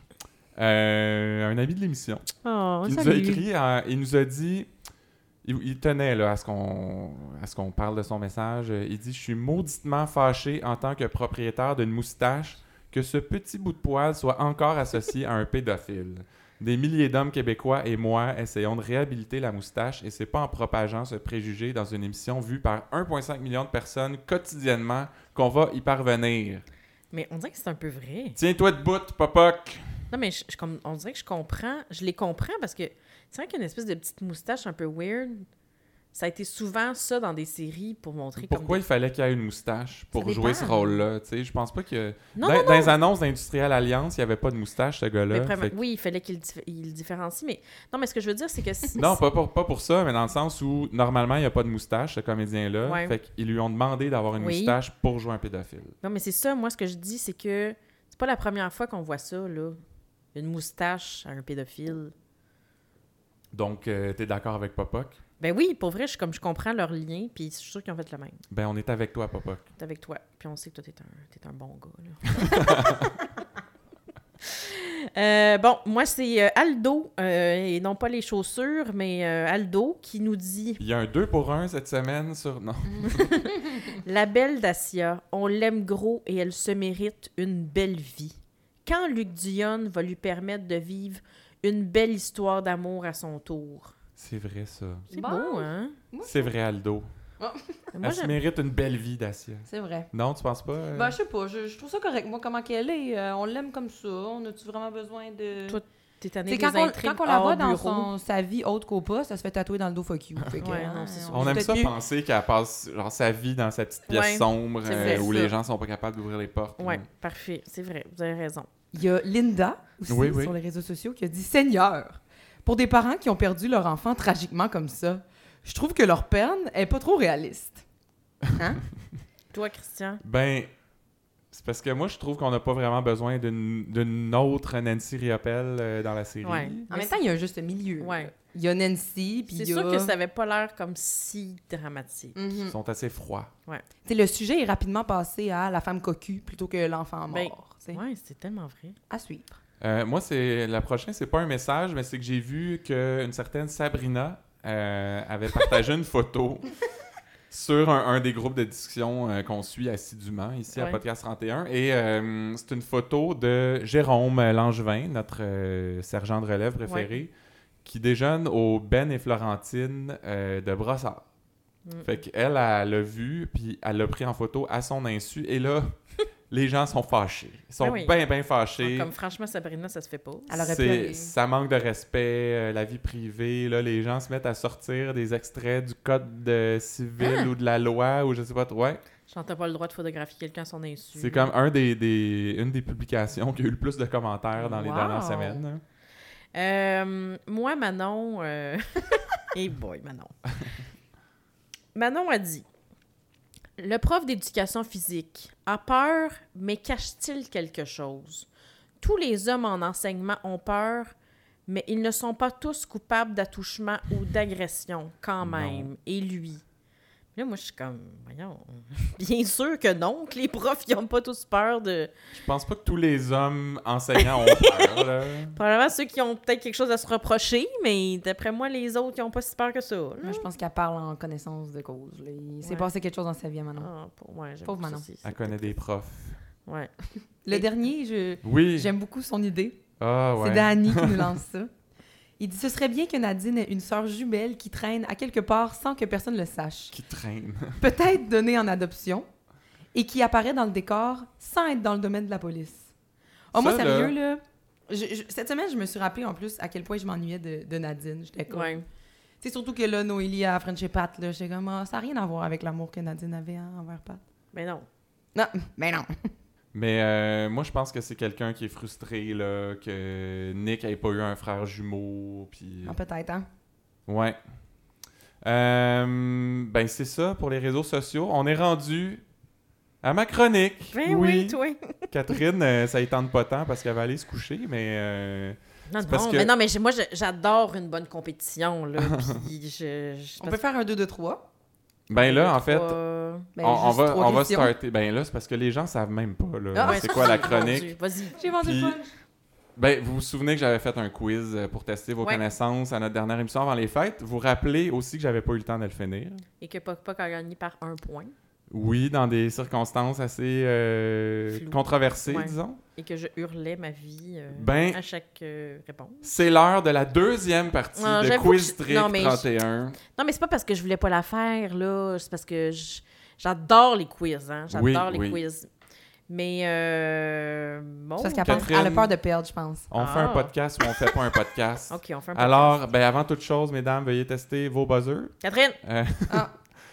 euh, un ami de l'émission. Oh, Il nous a écrit, euh, il nous a dit, il, il tenait là, à ce qu'on à ce qu'on parle de son message. Euh, Il dit, je suis mauditement fâché en tant que propriétaire d'une moustache que ce petit bout de poil soit encore associé à un pédophile. Des milliers d'hommes québécois et moi essayons de réhabiliter la moustache et c'est pas en propageant ce préjugé dans une émission vue par 1,5 million de personnes quotidiennement qu'on va y parvenir. Mais on dirait que c'est un peu vrai. Tiens-toi debout, Popoc! Non, mais je, je com- on dirait que je comprends. Je les comprends parce que c'est vrai qu'une espèce de petite moustache un peu weird, ça a été souvent ça dans des séries pour montrer Pourquoi comme... il fallait qu'il y ait une moustache pour dépend. hein. jouer ce rôle-là? Tu sais, Je pense pas que... des- Non, dans, non, dans les annonces d'Industrial Alliance, il n'y avait pas de moustache, ce mais gars-là. vraiment- Ben, Fait que- oui, il fallait qu'il dif- il le différencie, mais... Non, mais ce que je veux dire, c'est que... si- Non, pas pour, pas pour ça, mais dans le sens où, normalement, il n'y a pas de moustache, ce comédien-là. Ouais. Fait qu'ils lui ont demandé d'avoir une Oui. moustache pour jouer un pédophile. Non, mais c'est ça, moi, ce que je dis, c'est que c'est pas la première fois qu'on voit ça, là. Une moustache à un pédophile. Donc, euh, t'es d'accord avec Popoc? Ben oui, pour vrai, je, suis comme, je comprends leur lien, puis je suis sûre qu'ils ont fait le même. Ben, on est avec toi, Papa. T'es avec toi, puis on sait que toi, t'es un, t'es un bon gars. là. Euh, bon, moi, c'est euh, Aldo, euh, et non pas les chaussures, mais euh, Aldo qui nous dit Il y a un 2 pour 1 cette semaine sur. Non. La belle Dacia, on l'aime gros et elle se mérite une belle vie. Quand Luc Dionne va lui permettre de vivre une belle histoire d'amour à son tour. C'est vrai, ça. C'est Bon. Ah, beau, hein? C'est vrai, Aldo. Moi, Elle se j'aime- Bah, mérite une belle vie, Dacia. C'est vrai. Non, tu penses pas? euh? Ben, je sais pas, je, je trouve ça correct, moi, comment qu'elle est. Euh, on l'aime comme ça. On a-tu vraiment besoin de. Toi, T'es tanné C'est des quand, on, intrigues quand on la hors voit dans bureau. Ah, son- sa vie autre qu'au pas, ça se fait tatouer dans le dos fuck you. Fait que, Ouais, hein, non, c'est sûr. on aime peut-être ça mieux- penser qu'elle passe genre, sa vie dans sa petite pièce Ouais, sombre c'est euh, vrai, où ça. les gens sont pas capables d'ouvrir les portes. Ouais, là. parfait. C'est vrai, vous avez raison. Il y a Linda aussi Oui, oui. sur les réseaux sociaux qui a dit Seigneur, pour des parents qui ont perdu leur enfant tragiquement comme ça, je trouve que leur peine est pas trop réaliste. Hein? Toi, Christian, Ben, c'est parce que moi, je trouve qu'on n'a pas vraiment besoin d'une d'une autre Nancy Riopelle euh, dans la série. Ouais. en même temps, il y a un juste milieu. ouais. Il y a Nancy, puis C'est il y a... sûr que ça avait pas l'air comme si dramatique. Ils Mhm. sont assez froids. Tu sais, Le sujet est rapidement passé à la femme cocu plutôt que l'enfant Ben, mort. tu sais. Ouais, c'est tellement vrai. À suivre. Euh, moi, c'est la prochaine, c'est pas un message, mais c'est que j'ai vu qu'une certaine Sabrina euh, avait partagé une photo sur un, un des groupes de discussion euh, qu'on suit assidûment ici à Ouais. Podcast 31. Et euh, c'est une photo de Jérôme Langevin, notre euh, sergent de relève préféré, qui déjeune au Ben et Florentine euh, de Brossard. Mm. Fait qu'elle, elle l'a vu, puis elle l'a pris en photo à son insu. Et là, les gens sont fâchés. Ils sont Ah oui. bien, bien fâchés. Comme franchement, Sabrina, ça se fait pas. Elle aurait pu C'est- aller- Ça manque de respect, euh, la vie privée. Là, les gens se mettent à sortir des extraits du code de civil Ah! Hein? ou de la loi ou je sais pas trop. Ouais. J'entends pas le droit de photographier quelqu'un à son insu. C'est comme un des, des- une des publications qui a eu le plus de commentaires dans les Wow. dernières semaines. hein. Euh, moi, Manon. Euh... hey boy, Manon. Manon a dit Le prof d'éducation physique a peur, mais cache-t-il quelque chose Tous les hommes en enseignement ont peur, mais ils ne sont pas tous coupables d'attouchement ou d'agression, quand Non. même. Et lui Là, moi, je suis comme, voyons, bien sûr que non, que les profs, ils n'ont pas tous peur de. Je pense pas que tous les hommes enseignants ont peur. là. Probablement ceux qui ont peut-être quelque chose à se reprocher, mais d'après moi, les autres qui n'ont pas si peur que ça. là. Moi, je pense qu'elle parle en connaissance de cause. là. Il s'est Ouais. passé quelque chose dans sa vie, maintenant. Ah, pour moi, j'avoue Mm. Pauvre que ça, Manon. c'est- c'est Elle connaît des profs. peut-être- Ouais. Le Et- dernier, je- Oui. j'aime beaucoup son idée. Ah C'est ouais. Danny qui nous lance ça. Il dit Ce serait bien que Nadine ait une sœur jumelle qui traîne à quelque part sans que personne le sache. Qui traîne. Peut-être donnée en adoption et qui apparaît dans le décor sans être dans le domaine de la police. Oh, moi, Ça, là- sérieux, là. je- je- cette semaine, je me suis rappelé en plus à quel point je m'ennuyais de, de Nadine. J'étais comme. Ouais. Tu sais, surtout que là, Noélie à French et Pat, là, j'étais comme, Ah, ça n'a rien à voir avec l'amour que Nadine avait hein, envers Pat. Mais non. Non, mais non. Mais euh, moi, je pense que c'est quelqu'un qui est frustré là, que Nick ait pas eu un frère jumeau. Puis... euh, Ah, Peut-être, hein. Ouais. Euh, ben, c'est ça pour les réseaux sociaux. On est rendu à ma chronique. Ben oui, toi. Catherine, euh, ça y tente pas tant parce qu'elle va aller se coucher, mais euh, Non, C'est parce non, que- mais non, mais j'ai- moi, j'ai- j'adore une bonne compétition, là. puis je. je- On parce- peut faire un 2-2-3. ben là, en trois- fait, Ben, on, on juste va, trois on va questions. starter. Ben là, c'est parce que les gens savent même pas là, Ah, Ouais, c'est quoi la mon Dieu, chronique. Vas-y. J'ai vendu Puis- le punch. Ben, vous vous souvenez que j'avais fait un quiz euh, pour tester vos Ouais. connaissances à notre dernière émission avant les fêtes. Vous rappelez aussi que j'avais pas eu le temps de le finir. Et que Poc Poc a gagné par un point. Oui, dans des circonstances assez euh, Floues. controversées, Ouais. disons. Et que je hurlais ma vie euh, Ben, à chaque euh, réponse. C'est l'heure de la deuxième partie Ah, de j'avoue que Quiz je- Trick non, mais je- 31. Non, mais c'est pas parce que je voulais pas la faire, là. C'est parce que je- j'adore les quiz, hein. J'adore Oui, les oui. quiz. Mais, euh, bon. C'est Parce qu'elle pense- Oh, Catherine. elle a peur de perdre, je pense. On fait un Ah. podcast ou on fait pas un podcast. OK, on fait un Alors, ben avant toute chose, mesdames, veuillez tester vos buzzers. Catherine! Euh,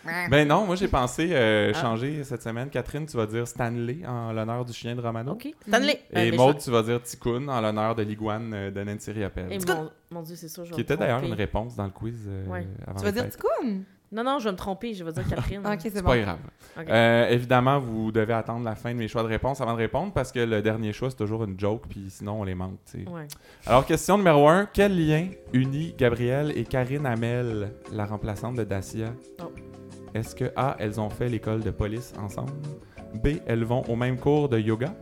Ben, ben non, moi j'ai pensé euh, Ah. changer cette semaine. Catherine, tu vas dire Stanley en l'honneur du chien de Romano. OK. Stanley! Euh, Et mais Maud, tu vas dire Ticoun en l'honneur de l'iguane euh, de Nancy je- Riopelle. Eh, mon, mon Dieu, c'est ça, je vais Qui me était d'ailleurs une tromper. réponse dans le quiz euh, Ouais. avant tu vas les dire fêtes. Ticoun? Non, non, je vais me tromper, je vais dire Catherine. Ok, c'est C'est bon. pas grave. Ok. Euh, évidemment, vous devez attendre la fin de mes choix de réponse avant de répondre parce que le dernier choix, c'est toujours une joke, puis sinon, on les manque. tu sais. Ouais. Alors, question numéro 1. Quel lien unit Gabrielle et Karine Hamel, la remplaçante de Dacia? Oh. Est-ce que A, elles ont fait l'école de police ensemble? B, elles vont au même cours de yoga?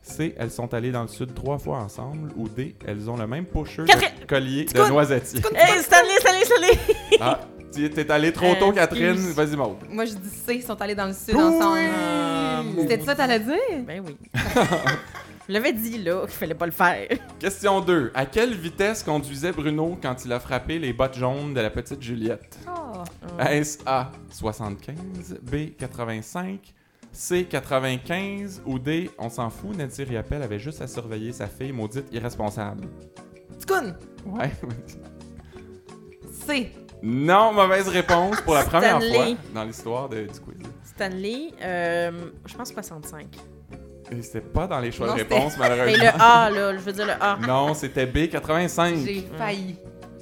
C, elles sont allées dans le sud trois fois ensemble? Ou D, elles ont le même pocheux Catherine! de collier Tu de connais- noisetier? Hey, Stanley, Stanley, Stanley! Ah, tu t'es allée trop tôt, Euh, Catherine. excuse. Vas-y, Maud. Moi, je dis C, ils sont allés dans le sud Oui! ensemble. Ah, C'était ça, t'allais dire? Ben oui. je l'avais dit, là, qu'il fallait pas le faire. Question 2. À quelle vitesse conduisait Bruno quand il a frappé les bottes jaunes de la petite Juliette? Oh. Est-ce A 75, B 85, C 95 ou D on s'en fout, Nancy Riappel avait juste à surveiller sa fille maudite irresponsable. Tkoun! Ouais. C. non, mauvaise réponse pour la première Stanley. fois dans l'histoire de- du quiz. Stanley, euh, je pense 65. Euh, Et C'était pas dans les choix Non, de c'était- réponse Mais malheureusement. Ben, le A, là, je veux dire le A. Non, c'était B 85 Mm. J'ai failli.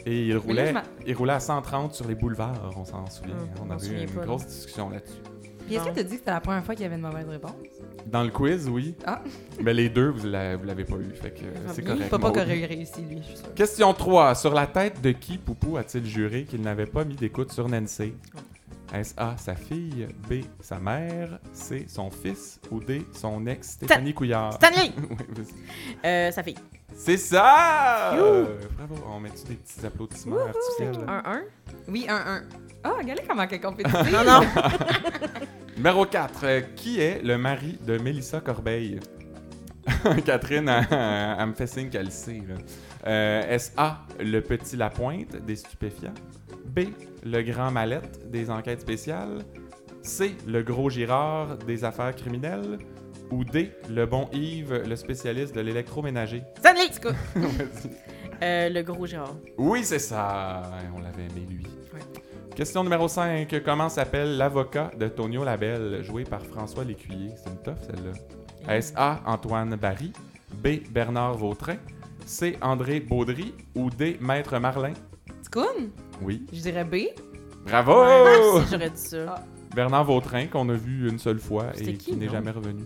et il roulait, je m'en- il roulait à 130 sur les boulevards, on s'en souvient. Hum, on on avait s'en eu souvient une pas, grosse discussion là-dessus. Puis est-ce que t'as dit que c'était la première fois qu'il y avait une mauvaise réponse? Dans le quiz, oui. Ah. Mais les deux, vous l'a- vous l'avez pas eu, fait que euh, c'est Il correct. peut pas Maud. qu'aurait réussi, lui, je suis sûre. Question 3. Sur la tête de qui Poupou a-t-il juré qu'il n'avait pas mis d'écoute sur Nancy? Est-ce A, sa fille, B, sa mère, C, son fils ou D, son ex Stéphanie Couillard? Stanley! Oui, vas-y. Euh, sa fille. C'est ça! Euh, bravo! On met-tu des petits applaudissements artificiels? là? 1-1. Oui, un, un. Ah, regardez comment qu'elle compétitive. Non, non. Numéro 4. qui est le mari de Mélissa Corbeil? Catherine, elle, elle- elle me fait signe qu'elle le sait. là. Euh, Est-ce A, le petit Lapointe des stupéfiants? B, le grand Mallette des enquêtes spéciales? C, le gros Girard des affaires criminelles? Ou D, le bon Yves, le spécialiste de l'électroménager? Stanley! tu coupes. Vas-y. Euh, le gros Gérard. Oui, c'est ça. Ouais, On l'avait aimé, lui. Ouais. Question numéro 5. Comment s'appelle l'avocat de Tonio Labelle, joué par François Lécuyer? C'est une toffe, celle-là. Euh, Est-ce A. Antoine Barry, B. Bernard Vautrin, C. André Baudry ou D. Maître Marlin? Tkoun? Oui. Je dirais B. Bravo! Ouais, Ah, si j'aurais dit ça. Bernard Vautrin, qu'on a vu une seule fois C'était et qui, qui n'est non? jamais revenu.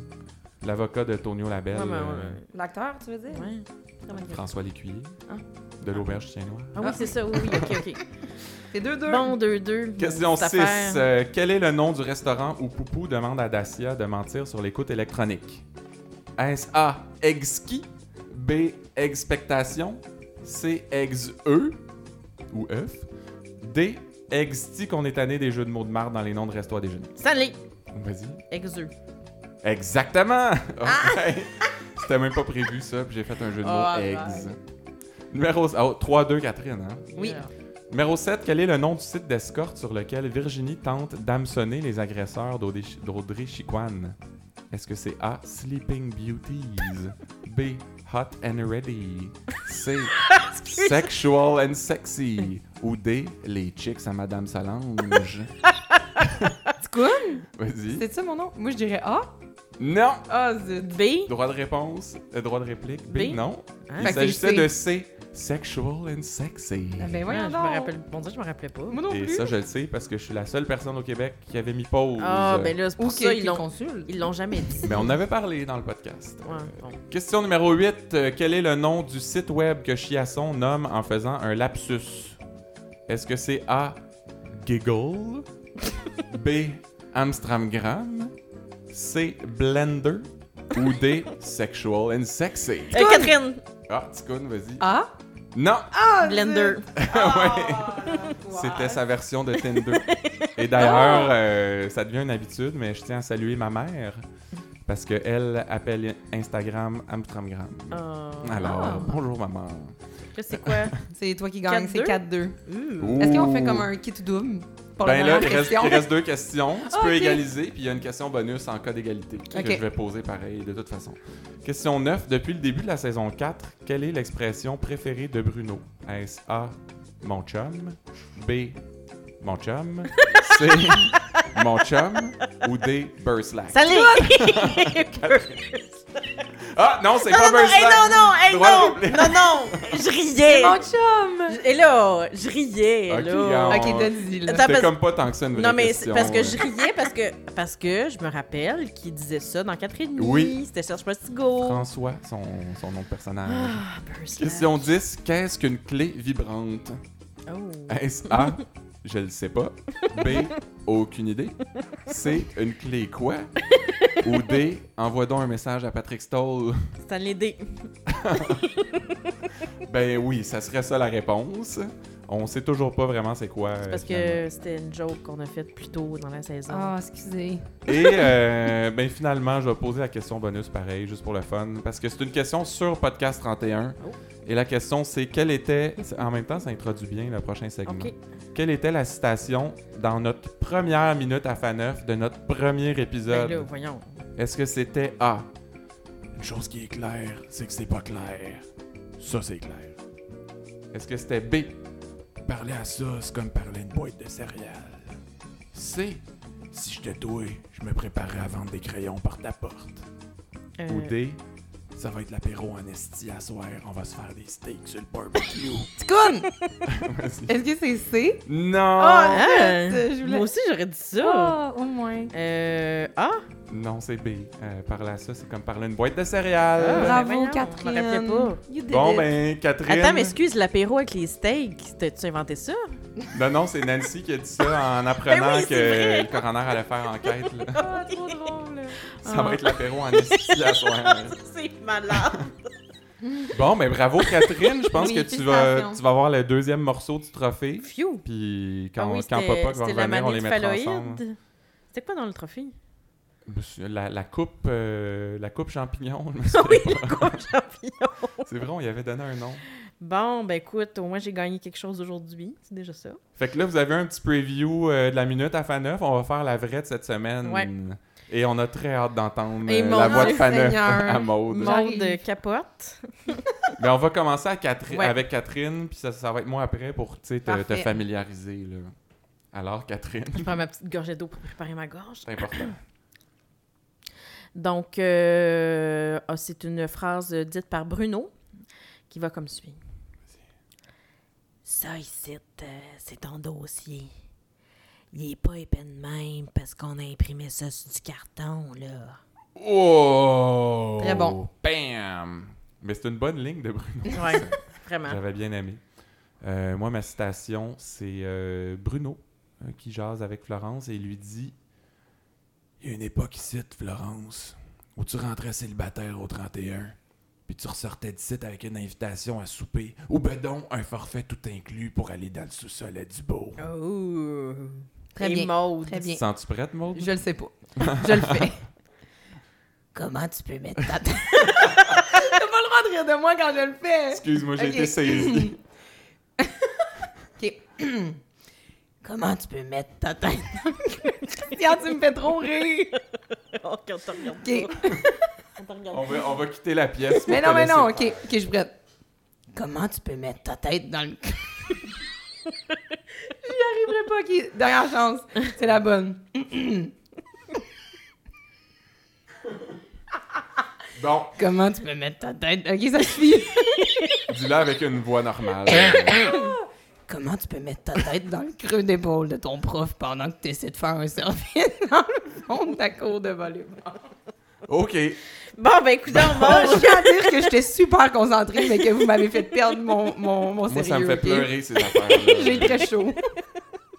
L'avocat de Tonio Labelle, Ouais, mais, euh, ouais. L'acteur, tu veux dire? Ouais. Très bonne question. François Lécuyer, Ah. de l'Auberge Chien-Noir. Ah oui, c'est ça, oui, oui, ok, ok. C'est deux, deux. Bon, 2-2. Question Cette 6. affaire. Euh, quel est le nom du restaurant où Poupou demande à Dacia de mentir sur l'écoute électronique? Est-ce A. Exki? B. Expectation? C. Ex-E? Ou F? D. Exti qu'on est tanné des jeux de mots de marde dans les noms de restos à déjeuner. Stanley! Vas-y. Exeux. Exactement! Ah! Ouais. C'était même pas prévu ça, puis j'ai fait un jeu de mots Oh, Ah, ex. Numéro oh, 3-2, Catherine, hein? Oui. Numéro 7, quel est le nom du site d'escorte sur lequel Virginie tente d'hameçonner les agresseurs d'Audrey Chi- d'Audrey Chiquan? Est-ce que c'est A. Sleeping Beauties? B. Hot and Ready? C. Sexual and Sexy? Ou D. Les Chicks à Madame Solange? Tkoun? Vas-y. C'est ça mon nom? Moi, je dirais A. Non! Ah, zut. B. Droit de réponse? euh, droit de réplique? B. B. Non. Il Hein? Ah, Fait que c'est s'agissait C. de C. Sexual and Sexy. Ah, Ben Ouais, voyons je me donc. rappelle. Bon Dieu, je me rappelais pas. Moi non Et plus. ça, je le sais parce que je suis la seule personne au Québec qui avait mis pause. Ah, ben là, c'est Ou pour ça, ils l'ont consulte. ils l'ont jamais dit. Mais on avait parlé dans le podcast. Ouais, Euh, bon. Question numéro 8. euh, quel est le nom du site web que Chiasson nomme en faisant un lapsus? Est-ce que c'est A. Giggle? B. Amstramgram? C. Blender? Ou D. Sexual and Sexy? Euh, Catherine! Ah, Ticoun, vas-y. A. Non! Ah, Blender. C'était sa version de Tinder. Et d'ailleurs, euh, ça devient une habitude, mais je tiens à saluer ma mère parce qu'elle appelle Instagram Amstramgram. Euh, Alors, Ah. bonjour maman. Je sais quoi. C'est toi qui gagne, c'est 4-2. Ouh. Est-ce qu'on fait comme un kit double pour Ben là, la il reste, pression? il reste deux questions. Tu peux Ok. égaliser, puis il y a une question bonus en cas d'égalité que Ok. je vais poser pareil de toute façon. Question 9. Depuis le début de la saison 4, quelle est l'expression préférée de Bruno Est-ce A. Mon chum B. Mon chum C. Mon chum Ou D. Burslack Salut! Ah, non, c'est Non, pas non, non, hey, Bernstein. non, non, hey, Droit non, doublé. non, non, je riais. Mon chum! Et là, je riais, Ok, là. on- Ok, donne-y, là. Attends, C'était parce- comme pas tant que ça une vraie Non, mais c'est question. parce que euh. je riais, parce que, parce que je me rappelle qu'il disait ça dans 4 et demi. Oui. C'était Serge Postigo. François, son, son nom de personnage. Ah, Bernstein. Question 10. Qu'est-ce qu'une clé vibrante? Oh. Est-ce A, je le sais pas. B, aucune idée. C, une clé quoi? Ou D, envoie donc un message à Patrick Stoll. Stanley D. Ben oui, ça serait ça la réponse. On sait toujours pas vraiment c'est quoi. euh, Parce finalement. que c'était une joke qu'on a faite plus tôt dans la saison. Ah, excusez. Et euh, ben finalement, je vais poser la question bonus pareil, juste pour le fun, parce que c'est une question sur Podcast 31. Oh. Et la question, c'est quelle était... En même temps, ça introduit bien le prochain segment. OK. Quelle était la citation dans notre première minute à FA9 de notre premier Ben épisode? là, voyons. Est-ce que c'était A? Une chose qui est claire, c'est que c'est pas clair. Ça, c'est clair. Est-ce que c'était B? Parler à ça, c'est comme parler à une boîte de céréales. C? Si je te douais, je me préparais à vendre des crayons porte à porte. Euh, Ou D? Ça va être l'apéro en esti à soir. On va se faire des steaks sur le barbecue. Ticoun! Euh. Vas-y. Est-ce que c'est C? Non! Ah, hein? zut, je voulais- Moi aussi, j'aurais dit ça. Ah, au moins. Euh, ah, Non, c'est B. Euh, parler à ça, c'est comme parler à une boîte de céréales. Ah. ben Bravo, voyons, je Catherine. me rappelais pas. You did Bon, it. ben, Catherine. attends, mais excuse, l'apéro avec les steaks, t'as-tu inventé ça? Non, non, c'est Nancy qui a dit ça en apprenant Ben oui, que c'est vrai. le coroner allait faire enquête. là. Ah, trop drôle. là. Ça Ah. va être l'apéro en esti à soir. C'est malade. Bon, mais bravo Catherine. Je pense Oui, que tu vas, félicitations. tu vas avoir le deuxième morceau du trophée. Phew. Puis ah quand, oui, quand c'était- Papa va c'était la revenir, on manie les de mettra phalloïde. ensemble. C'était quoi dans le trophée? La, la coupe euh, la coupe champignon. je me Ah souviens oui, pas. le gros champignon. C'est vrai, on y avait donné un nom. Bon, ben écoute, au moins j'ai gagné quelque chose aujourd'hui. C'est déjà ça. Fait que là, vous avez un petit preview euh, de la minute à Faneuf. On va faire la vraie de cette semaine. Ouais. Et on a très hâte d'entendre Et euh, mon la voix de Dieu Faneuf Seigneur. à Maude. J'arrive. Monde de capote. Mais on va commencer à Catherine- Ouais. avec Catherine, puis ça, ça va être moi après pour tu sais, te, te Parfait. familiariser. Là. Alors, Catherine, Je prends ma petite gorgée d'eau pour préparer ma gorge. c'est important. Donc, euh, ah, c'est une phrase dite par Bruno qui va comme suit. Ça ici, euh, c'est ton dossier. Il est pas épais de même parce qu'on a imprimé ça sur du carton, là. Oh! Très bon. Bam! Mais c'est une bonne ligne de Bruno. Ouais, vraiment. J'avais bien aimé. Euh, moi, ma citation, c'est euh, Bruno euh, qui jase avec Florence et il lui dit Il y a une époque ici, Florence, où tu rentrais célibataire au 31, puis tu ressortais d'ici avec une invitation à souper, ou ben donc un forfait tout inclus pour aller dans le sous-sol à Dubourg. Oh. Très Et bien. Maude. Très bien. Sens-tu prête, Maud? Je le sais pas. Je le fais. Comment tu peux mettre ta T'as pas le droit de rire de moi quand je le fais. Excuse-moi, j'ai Ok. été saisi. OK. Comment tu peux mettre ta tête Tiens, tu me fais trop rire. Oh, quand on te regarde OK. pas. On te regarde on, va, on va quitter la pièce. pour Mais te non, mais laisser non. faire. OK. OK, je suis prête. Comment tu peux mettre ta tête dans le cul J'y arriverai pas. OK. Dernière chance. C'est la bonne. Bon, Comment tu Tu peux mettre ta tête dans- OK, ça suffit. dis-le avec une voix normale. Comment tu peux mettre ta tête Être dans le creux d'épaule de ton prof pendant que tu essaies de faire un service dans le fond de ta cour de volleyball. OK. Bon, ben, écoute, on Oh, mange. je tiens à dire que j'étais super concentrée, mais que vous m'avez fait perdre mon, mon, mon Moi, sérieux. ça me fait ok? pleurer, ces J'ai affaires-là. très chaud.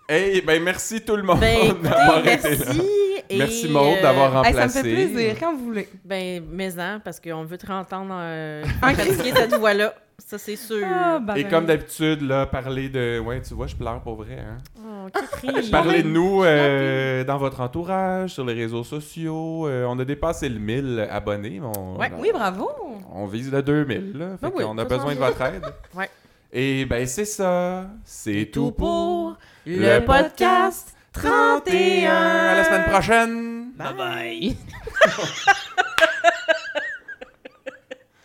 hey, ben merci tout le monde Ben, d'avoir écoutez, été là. merci. et, Merci Maud euh, d'avoir Hey, remplacé. ça me fait plaisir, quand vous voulez. Ben, mais-en, parce qu'on veut te entendre euh, Ah, pratiquer cette voix-là. Ça, c'est sûr. Et comme d'habitude, là, parler de. Ouais, tu vois, je pleure pour vrai. Hein? Oh, Catherine. Parlez de nous euh, dans votre entourage, sur les réseaux sociaux. Euh, on a dépassé le 1000 abonnés. mais On, Ouais, Oui, bravo. on vise le 2000. Là, fait Ben oui, qu'on a ça besoin s'en de votre aide. Ouais. Et ben, c'est ça. C'est tout pour le le podcast 31. À la semaine prochaine. Bye bye.